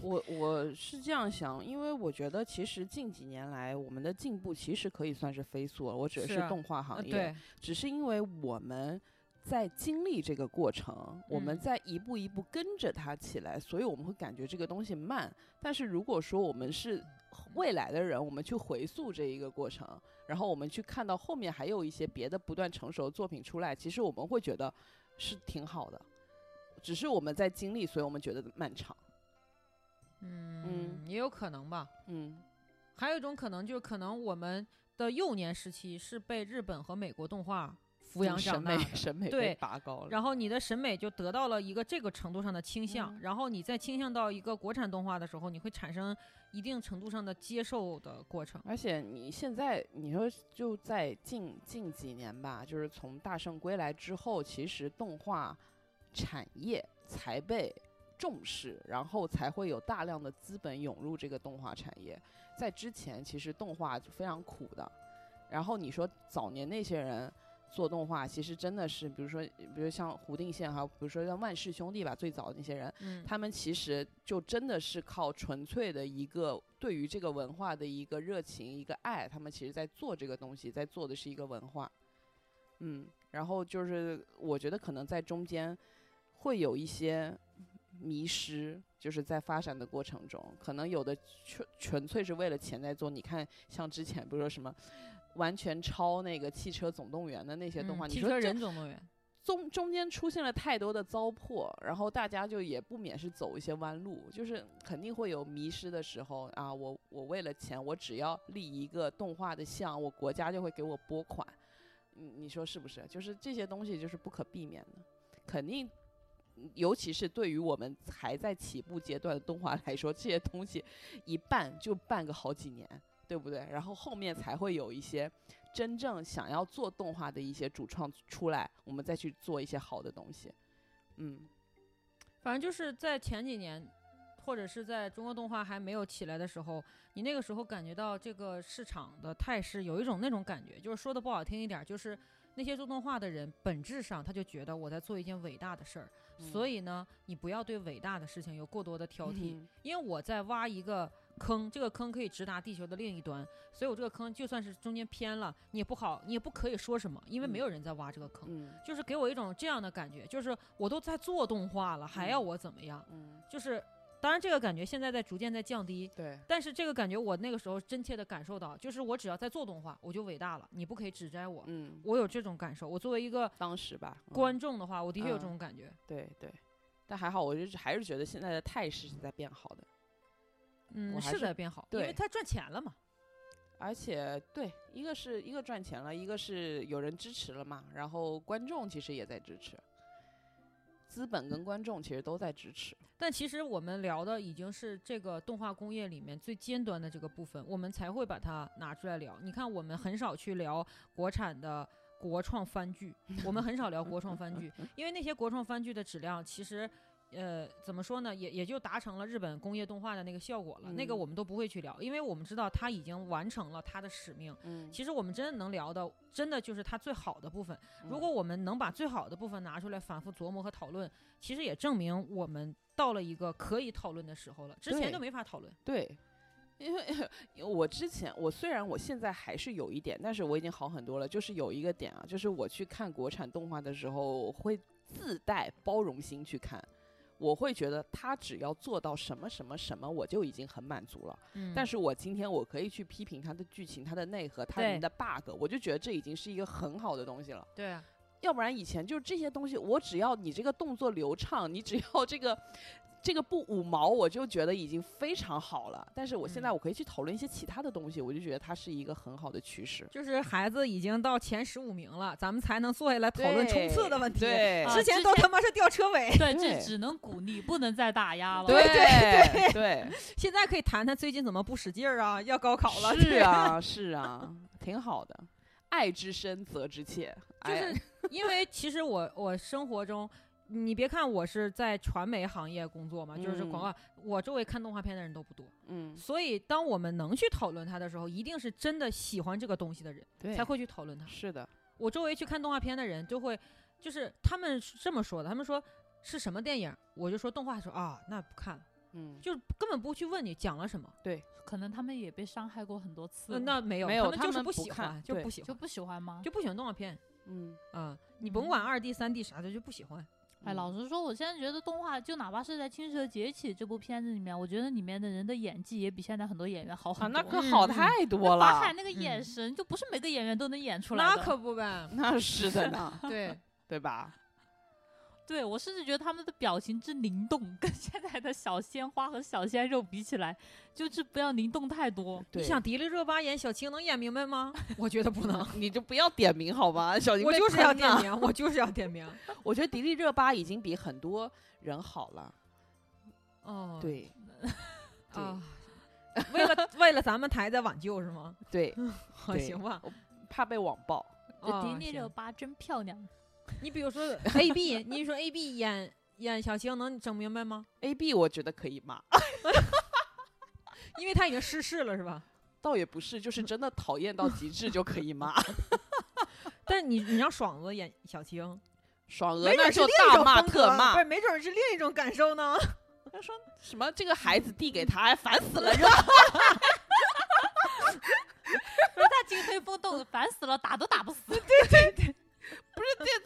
Speaker 2: 我我是这样想，因为我觉得其实近几年来我们的进步其实可以算是飞速了。我指的
Speaker 3: 是
Speaker 2: 是
Speaker 3: 啊
Speaker 2: 动画
Speaker 3: 呃
Speaker 2: 行业，
Speaker 3: 对，
Speaker 2: 只是因为我们在经历这个过程，我们
Speaker 3: 嗯
Speaker 2: 在一步一步跟着它起来，所以我们会感觉这个东西慢。但是如果说我们是未来的人，我们去回溯这一个过程，然后我们去看到后面还有一些别的不断成熟的作品出来，其实我们会觉得是挺好的，只是我们在经历，所以我们觉得漫长。
Speaker 3: 嗯，也有可能吧。
Speaker 2: 嗯。
Speaker 3: 还有一种可能就是，可能我们的幼年时期是被日本和美国动画抚养
Speaker 2: 审
Speaker 3: 长
Speaker 2: 美
Speaker 3: 大的，
Speaker 2: 审美
Speaker 3: 对
Speaker 2: 被拔高了。
Speaker 3: 然后你的审美就得到了一个这个程度上的倾向，
Speaker 2: 嗯
Speaker 3: 然后你再倾向到一个国产动画的时候，你会产生一定程度上的接受的过程。
Speaker 2: 而且你现在你说就在近近几年吧，就是从《大圣归来》之后，其实动画产业才被重视，然后才会有大量的资本涌入这个动画产业。在之前，其实动画就非常苦的。然后你说早年那些人，做动画，其实真的是，比如说，比如像胡定宪哈，比如说像万氏兄弟吧，最早的那些人，
Speaker 3: 嗯，
Speaker 2: 他们其实就真的是靠纯粹的一个对于这个文化的一个热情、一个爱，他们其实在做这个东西，在做的是一个文化。嗯，然后就是我觉得可能在中间会有一些迷失，就是在发展的过程中，可能有的纯纯粹是为了钱在做。你看，像之前不是说什么完全抄那个《汽车总动员》的那些动画，
Speaker 3: 嗯
Speaker 2: 你
Speaker 3: 汽
Speaker 2: 说
Speaker 3: 车
Speaker 2: 这
Speaker 3: 人总动员，
Speaker 2: 中中间出现了太多的糟粕，然后大家就也不免是走一些弯路，就是肯定会有迷失的时候啊。我我为了钱，我只要立一个动画的像，我国家就会给我拨款，你你说是不是？就是这些东西就是不可避免的，肯定，尤其是对于我们还在起步阶段的动画来说，这些东西一办就办个好几年，对不对？然后后面才会有一些真正想要做动画的一些主创出来，我们再去做一些好的东西。嗯，
Speaker 3: 反正就是在前几年，或者是在中国动画还没有起来的时候，你那个时候感觉到这个市场的态势有一种那种感觉，就是说的不好听一点儿，就是那些做动画的人本质上他就觉得我在做一件伟大的事儿，所以呢，你不要对伟大的事情有过多的挑剔，
Speaker 2: 嗯
Speaker 3: 因为我在挖一个坑，这个坑可以直达地球的另一端，所以我这个坑就算是中间偏了，你也不好，你也不可以说什么，因为没有人在挖这个坑。
Speaker 2: 嗯
Speaker 3: 就是给我一种这样的感觉，就是我都在做动画了，还要
Speaker 2: 嗯
Speaker 3: 我怎么样？
Speaker 2: 嗯，
Speaker 3: 就是当然这个感觉现在在逐渐在降低，
Speaker 2: 对，
Speaker 3: 但是这个感觉我那个时候真切的感受到，就是我只要在做动画，我就伟大了，你不可以指摘我。
Speaker 2: 嗯，
Speaker 3: 我有这种感受，我作为一个
Speaker 2: 当时吧，嗯
Speaker 3: 观众的话，我的确有这
Speaker 2: 嗯
Speaker 3: 种感觉。
Speaker 2: 对对，但还好，我就是还是觉得现在的态势是在变好的，
Speaker 3: 嗯，
Speaker 2: 我还
Speaker 3: 是
Speaker 2: 是
Speaker 3: 在变好，因
Speaker 2: 对
Speaker 3: 为他赚钱了嘛。
Speaker 2: 而且对，一个是一个赚钱了，一个是有人支持了嘛，然后观众其实也在支持，资本跟观众其实都在支持。
Speaker 3: 但其实我们聊的已经是这个动画工业里面最尖端的这个部分，我们才会把它拿出来聊。你看，我们很少去聊国产的国创番剧，我们很少聊国创番剧，因为那些国创番剧的质量其实。呃，怎么说呢？也也就达成了日本工业动画的那个效果了。那个
Speaker 2: 嗯
Speaker 3: 我们都不会去聊，因为我们知道它已经完成了它的使命。
Speaker 2: 嗯，
Speaker 3: 其实我们真的能聊的，真的就是它最好的部分。
Speaker 2: 嗯
Speaker 3: 如果我们能把最好的部分拿出来反复琢磨和讨论，其实也证明我们到了一个可以讨论的时候了。之前
Speaker 2: 对
Speaker 3: 就没法讨论。
Speaker 2: 对，因为因为我之前我虽然我现在还是有一点，但是我已经好很多了。就是有一个点啊，就是我去看国产动画的时候，我会自带包容心去看。我会觉得他只要做到什么什么什么，我就已经很满足了。
Speaker 3: 嗯
Speaker 2: 但是我今天我可以去批评它的剧情、它的内核、它里面的
Speaker 3: 对
Speaker 2: bug，我就觉得这已经是一个很好的东西了。
Speaker 3: 对啊，
Speaker 2: 要不然以前就是这些东西，我只要你这个动作流畅，你只要这个这个不五毛，我就觉得已经非常好了。但是我现在
Speaker 3: 嗯
Speaker 2: 我可以去讨论一些其他的东西，我就觉得它是一个很好的趋势。
Speaker 3: 就是孩子已经到前十五名了，咱们才能坐下来讨论冲刺的问题。
Speaker 2: 对
Speaker 1: 啊
Speaker 3: 之前都他妈是吊车 尾，
Speaker 1: 对，这
Speaker 2: 对
Speaker 1: 只能鼓励，不能再打压了。
Speaker 2: 对 对对
Speaker 3: 现在可以谈谈最近怎么不使劲儿啊？要高考了，
Speaker 2: 是，啊是 啊，挺好的。爱之深，责之切，
Speaker 3: 就
Speaker 2: 哎
Speaker 3: 是因为其实我我生活中。你别看我是在传媒行业工作嘛，就是
Speaker 2: 嗯
Speaker 3: 广告，我周围看动画片的人都不多，
Speaker 2: 嗯，
Speaker 3: 所以，当我们能去讨论它的时候，一定是真的喜欢这个东西的人
Speaker 2: 对
Speaker 3: 才会去讨论它。
Speaker 2: 是的，
Speaker 3: 我周围去看动画片的人，就会就是他们是这么说的，他们说是什么电影，我就说动画说啊，那不看了，
Speaker 2: 嗯，
Speaker 3: 就根本不去问你讲了什么。
Speaker 1: 可能他们也被伤害过很多次
Speaker 3: 呃
Speaker 1: 了，
Speaker 3: 那没有，
Speaker 2: 没有
Speaker 3: 他
Speaker 2: 他
Speaker 3: 就是
Speaker 2: 们
Speaker 3: 不
Speaker 2: 不
Speaker 3: 喜欢，
Speaker 2: 看
Speaker 3: 就
Speaker 2: 对
Speaker 3: 不喜
Speaker 1: 就
Speaker 3: 欢，
Speaker 1: 不喜欢吗？
Speaker 3: 就不喜欢动画片
Speaker 2: 嗯，
Speaker 3: 啊、你甭管二 D、三 D 啥的，就不喜欢。
Speaker 1: 哎，
Speaker 2: 嗯
Speaker 1: 老实说，我现在觉得动画，就哪怕是在《青蛇劫起》这部片子里面，我觉得里面的人的演技也比现在很多演员好
Speaker 2: 啊，
Speaker 1: 很多。
Speaker 2: 那可
Speaker 3: 嗯
Speaker 2: 好
Speaker 3: 嗯
Speaker 2: 太多
Speaker 1: 法
Speaker 2: 了，
Speaker 1: 海，那个眼
Speaker 3: 嗯
Speaker 1: 神，就不是每个演员都能演出来
Speaker 3: 那
Speaker 1: 的。
Speaker 3: 可不呗
Speaker 2: 那是的 呢，
Speaker 3: 对，
Speaker 2: 对吧？
Speaker 1: 对我甚至觉得他们的表情之灵动，跟现在的小鲜花和小鲜肉比起来，就是不要灵动太多。
Speaker 3: 你
Speaker 2: 对
Speaker 3: 想迪丽热巴演小青能演明白吗？我觉得不 能，
Speaker 2: 你就不要点名好吗？小心
Speaker 3: 我
Speaker 2: 被
Speaker 3: 就是要
Speaker 2: 喷呐
Speaker 3: 点名，我就是要点名。
Speaker 2: 我觉得迪丽热巴已经比很多人好了。
Speaker 3: 哦，
Speaker 2: 对，对
Speaker 3: 啊，为了 为了咱们台在挽救是吗？
Speaker 2: 对，
Speaker 3: 好
Speaker 2: 对
Speaker 3: 哦行吧，
Speaker 2: 怕被网暴。
Speaker 1: 这迪
Speaker 3: 啊
Speaker 1: 丽热
Speaker 3: 行
Speaker 1: 巴真漂亮，
Speaker 3: 你比如说 A B，你说 A B 演演小青能整明白吗？
Speaker 2: A B 我觉得可以骂，
Speaker 3: 因为他已经逝世了是吧？
Speaker 2: 倒也不是，就是真的讨厌到极致就可以骂。
Speaker 3: 但你你让爽子演小晴，
Speaker 2: 爽娥
Speaker 3: 没
Speaker 2: 那
Speaker 3: 准儿是
Speaker 2: 就
Speaker 3: 另一
Speaker 2: 大
Speaker 3: 种
Speaker 2: 骂
Speaker 3: 风格啊
Speaker 2: 特骂
Speaker 3: 不是，，没准儿是另一种感受 呢。
Speaker 2: 他说什么这个孩子递给他，哎烦死 了，
Speaker 1: 他进黑风洞，烦死了，打都打不死。
Speaker 2: 这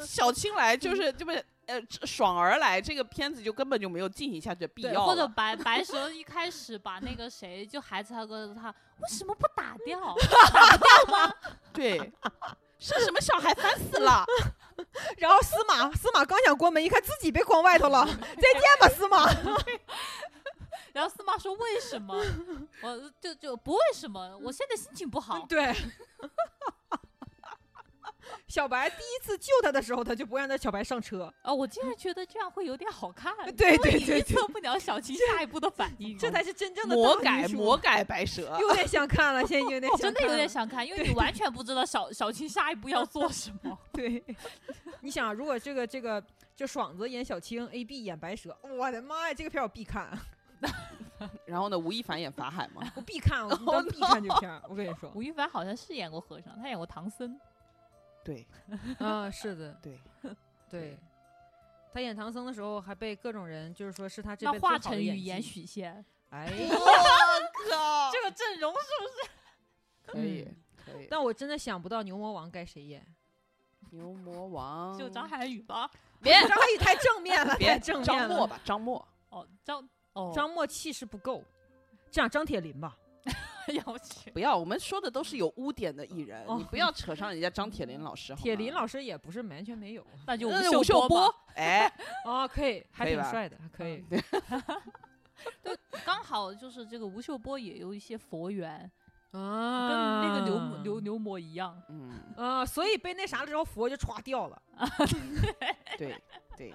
Speaker 2: 小青来
Speaker 3: 嗯
Speaker 2: 就是这不是呃爽儿来，这个片子就根本就没有进行下去的必
Speaker 1: 对，
Speaker 2: 要
Speaker 1: 或者
Speaker 2: 了
Speaker 1: 白白蛇一开始把那个谁，就孩子他哥他为什么不打掉？
Speaker 2: 对，是什么小孩烦死了，
Speaker 3: 然后司马司马刚想关门，一看自己被关外头 了，再见吧司马。
Speaker 1: 然后司马说为什么？我就就不为什么，我现在心情不好。
Speaker 3: 对。 小白第一次救他的时候，他就不让他小白上车，
Speaker 1: 啊，我竟然觉得这样会有点好看。
Speaker 3: 对
Speaker 1: 因为
Speaker 3: 对
Speaker 1: 你
Speaker 3: 对
Speaker 1: 预
Speaker 3: 对
Speaker 1: 测不了小青下一步的反应， 哦
Speaker 3: 这才是真正的
Speaker 2: 魔
Speaker 3: 大女
Speaker 2: 改
Speaker 3: 主
Speaker 2: 魔，改白蛇，
Speaker 3: 有点想看了，现在有点
Speaker 1: 我
Speaker 3: 想
Speaker 1: 真的有
Speaker 3: 看
Speaker 1: 点
Speaker 3: 了
Speaker 1: 想 看，因为你完全不知道小小青下一步要做什么。
Speaker 3: 对， 你想，啊如果这个这个就爽子演小青，A B 演白蛇，我的妈呀，这个片儿我必看，
Speaker 2: 然后呢，吴亦凡演法海嘛，
Speaker 3: 我必看，我当必看这片儿。我跟你说，
Speaker 1: 吴亦凡好像是演过和尚，他演过唐僧。
Speaker 2: 对
Speaker 3: 嗯，是的，
Speaker 2: 对，
Speaker 3: 对。他演唐僧的时候，还被各种人就是说是他这
Speaker 1: 那
Speaker 3: 辈子
Speaker 1: 华
Speaker 3: 最好的
Speaker 1: 晨宇
Speaker 3: 技
Speaker 1: 演许 仙，
Speaker 3: 哎，
Speaker 2: 靠，
Speaker 1: 这个阵容是
Speaker 2: 哦可以
Speaker 3: 嗯
Speaker 2: 可以，
Speaker 3: 但我真的想不到牛魔王该谁演。
Speaker 2: 牛魔王
Speaker 3: 哦
Speaker 1: 就张涵予吧？
Speaker 2: 别
Speaker 3: 张涵予太正面了，
Speaker 2: 别
Speaker 3: 太正面
Speaker 2: 张默
Speaker 3: 了。
Speaker 2: 吧，张默，
Speaker 1: 哦，张哦，
Speaker 3: 张默气势不够，这样张铁林吧。
Speaker 1: 要去
Speaker 2: 不要，我们说的都是有污点的艺人，
Speaker 3: 哦
Speaker 2: 你不要扯上人家张铁林老师，好
Speaker 3: 铁林
Speaker 2: 吗
Speaker 3: 老师也不是完全没有
Speaker 1: 那就
Speaker 2: 那
Speaker 1: 秀
Speaker 2: 吴秀
Speaker 1: 波
Speaker 2: 波
Speaker 1: 吧，，
Speaker 2: 哎，
Speaker 3: 啊，可以，还
Speaker 2: 可以
Speaker 3: 挺
Speaker 2: 吧
Speaker 3: 帅的，还可以。
Speaker 1: 刚好就是这个吴秀波也有一些佛缘，跟
Speaker 3: 啊，
Speaker 1: 那个牛魔牛牛魔一样。
Speaker 2: 嗯，
Speaker 3: 啊，所以被那啥了之后，佛就歘掉了。
Speaker 2: 对对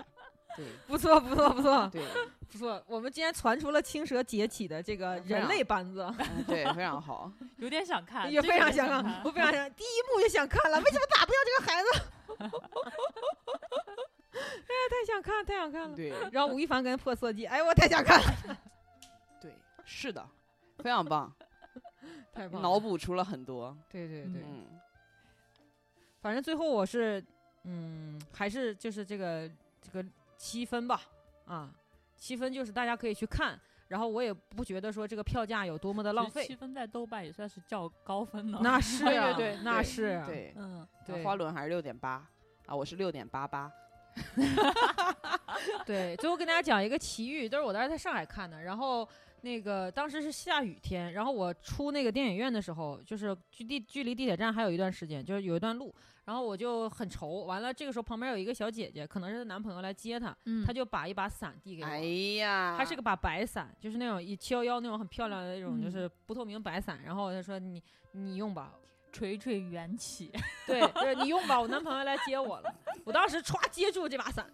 Speaker 2: 对
Speaker 3: 不错，不错，不错，
Speaker 2: 对。
Speaker 3: 不错。我们今天传出了青蛇崛起的这个
Speaker 2: 非
Speaker 3: 人
Speaker 2: 常
Speaker 3: 类班子，
Speaker 2: 嗯对，非常好。
Speaker 1: 有点想看，
Speaker 3: 也
Speaker 1: 真有
Speaker 3: 非常啊
Speaker 1: 点
Speaker 3: 想
Speaker 1: 看。
Speaker 3: 看，我非常想，第一幕就想看了，为什么打不掉这个孩子？ 哎呀，太想看，太想看了。
Speaker 2: 对
Speaker 3: 然后吴亦凡跟破色计，哎，我太想看，
Speaker 2: 对，是的，非常棒，
Speaker 3: 太棒
Speaker 2: 脑
Speaker 3: 了。
Speaker 2: 补出了很多。
Speaker 3: 对对
Speaker 1: 嗯
Speaker 3: 对，
Speaker 2: 嗯，
Speaker 3: 反正最后我是，嗯，还是就是这个这个七分吧，啊，七分就是大家可以去看，然后我也不觉得说这个票价有多么的浪
Speaker 1: 其实七
Speaker 3: 费，
Speaker 1: 分在豆瓣也算是较高分了。
Speaker 3: 那是
Speaker 2: 对
Speaker 3: 啊，
Speaker 2: 对对
Speaker 3: 那
Speaker 2: 对
Speaker 3: 是啊
Speaker 2: 对，
Speaker 1: 嗯，
Speaker 3: 对
Speaker 2: 花轮还是六点八啊，我是六点八八。
Speaker 3: 对，最后跟大家讲一个奇遇，都是我当时在上海看的，然后那个当时是下雨天，然后我出那个电影院的时候，就是距地距离地铁站还有一段时间，就是有一段路，然后我就很愁，完了这个时候旁边有一个小姐姐，可能是她男朋友来接她，
Speaker 1: 嗯
Speaker 3: 她就把一把伞递给我。
Speaker 2: 哎呀，
Speaker 3: 它是个把白伞，就是那种一七幺幺那种很漂亮的那种，就
Speaker 1: 嗯
Speaker 3: 是不透明白伞。然后他说你你用 吧，
Speaker 1: 垂垂缘起，
Speaker 3: 对，就是你用吧，我男朋友来接我了。我当时歘接住这把伞，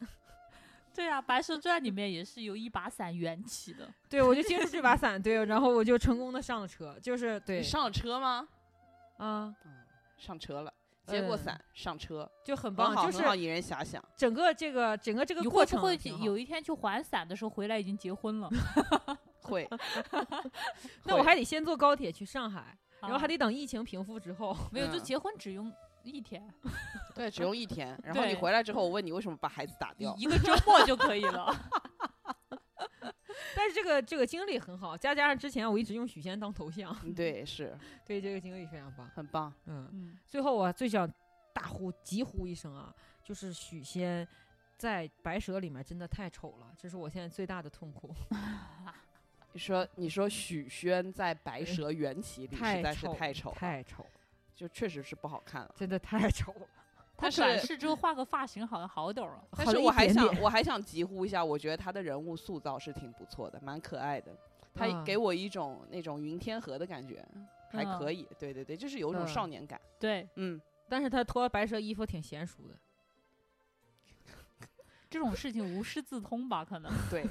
Speaker 1: 对啊，《白蛇传》里面也是由一把伞缘起的。
Speaker 3: 对我就接住这把伞，对，然后我就成功的上了车，就是对
Speaker 2: 你上了车吗？
Speaker 3: 啊，
Speaker 2: 上车了，接过
Speaker 3: 嗯
Speaker 2: 伞，上车，
Speaker 3: 就很
Speaker 2: 很
Speaker 3: 棒，
Speaker 2: 好，
Speaker 3: 就
Speaker 2: 很好，
Speaker 3: 是
Speaker 2: 引人遐想。
Speaker 3: 整个这个整个这个
Speaker 1: 你
Speaker 3: 过
Speaker 1: 会不
Speaker 3: 程
Speaker 1: 会
Speaker 3: 挺好，
Speaker 1: 有一天去还伞的时候回来已经结婚了？
Speaker 2: 会
Speaker 3: 那我还得先坐高铁去上海，然后还
Speaker 1: 得
Speaker 3: 得等疫情平复之后，
Speaker 1: 没有，就
Speaker 2: 嗯
Speaker 1: 结婚只用一 天，
Speaker 2: 对，只用一天。然后
Speaker 1: 对
Speaker 2: 你回来之后，我问你为什么把孩子打掉
Speaker 1: 一，一个周末就可以 了。
Speaker 3: 但是这个这个经历很好，再加上之前我一直用许仙当头像，
Speaker 2: 嗯对，是
Speaker 3: 对这个经历非常棒，
Speaker 2: 很棒。
Speaker 3: 嗯。
Speaker 1: 嗯，
Speaker 3: 最后我最想大呼急呼一声啊，就是许仙在《白蛇》里面真的太丑了，这是我现在最大的痛苦。
Speaker 2: 你说，你说许宣在《白蛇缘起》里实在是
Speaker 3: 丑，
Speaker 2: 太 丑了，
Speaker 3: 太丑，
Speaker 2: 就确实是不好看了。
Speaker 3: 真的太丑了。
Speaker 1: 他
Speaker 2: 但是
Speaker 1: 转世之后换个发型好像好点儿了。
Speaker 2: 但
Speaker 3: 好
Speaker 2: 是
Speaker 3: 了
Speaker 2: 我
Speaker 3: 一
Speaker 2: 还
Speaker 3: 点
Speaker 2: 想，
Speaker 3: 点
Speaker 2: 我还想疾呼一下，我觉得他的人物塑造是挺不错的，蛮可爱的。他
Speaker 3: 啊
Speaker 2: 给我一种那种云天河的感觉，还
Speaker 1: 嗯
Speaker 2: 可以。对对对，就是有一种
Speaker 3: 嗯
Speaker 2: 少年感。
Speaker 1: 对，
Speaker 2: 嗯，
Speaker 3: 但是他脱白蛇衣服挺娴熟的，
Speaker 1: 这种事情无师自通吧，可能。
Speaker 2: 对，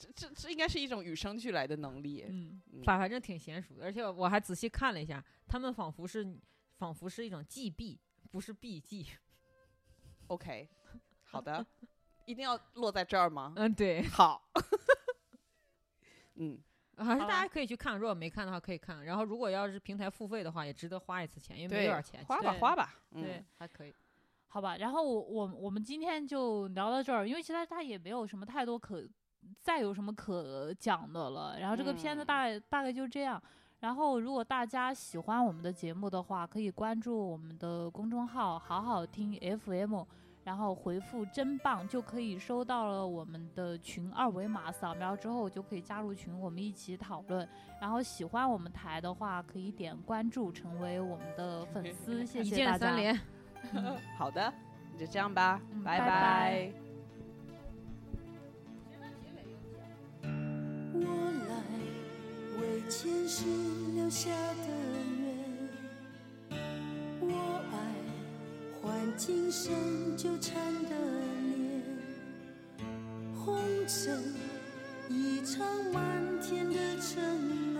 Speaker 2: 这这这应该是一种与生俱来的能力。
Speaker 1: 嗯，
Speaker 2: 嗯
Speaker 3: 反反正挺娴熟的。而且我还仔细看了一下，他们仿佛是仿佛是一种祭币，不是避忌。
Speaker 2: OK，好的，一定要落在这儿吗？
Speaker 3: 嗯，对，
Speaker 2: 好，嗯，
Speaker 3: 还是
Speaker 1: 好
Speaker 3: 啊大
Speaker 1: 吧
Speaker 3: 家可以去看，如果没看的话可以看。然后如果要是平台付费的话，也值得花一次钱，因为没
Speaker 2: 对
Speaker 3: 多少钱，
Speaker 2: 花吧
Speaker 1: 对
Speaker 2: 花吧，
Speaker 1: 对
Speaker 2: 嗯，
Speaker 3: 还可以。
Speaker 1: 好吧，然后我我我们今天就聊到这儿，因为其实它也没有什么太多可再有什么可讲的了。然后这个片子大、大概就这样。然后如果大家喜欢我们的节目的话，可以关注我们的公众号“好好听 FM”，然后回复“真棒”就可以收到了我们的群二维码，扫描之后就可以加入群，我们一起讨论。然后喜欢我们台的话，可以点关注，成为我们的粉丝。谢
Speaker 3: 一
Speaker 1: 谢大
Speaker 3: 键
Speaker 1: 家。
Speaker 3: 三连。
Speaker 1: 嗯
Speaker 2: 好的，那就这样吧，
Speaker 1: 嗯
Speaker 2: 拜
Speaker 1: 拜拜
Speaker 4: 我来为前世留下的愿，我爱换今生纠缠的脸，红尘一场漫天的尘缘。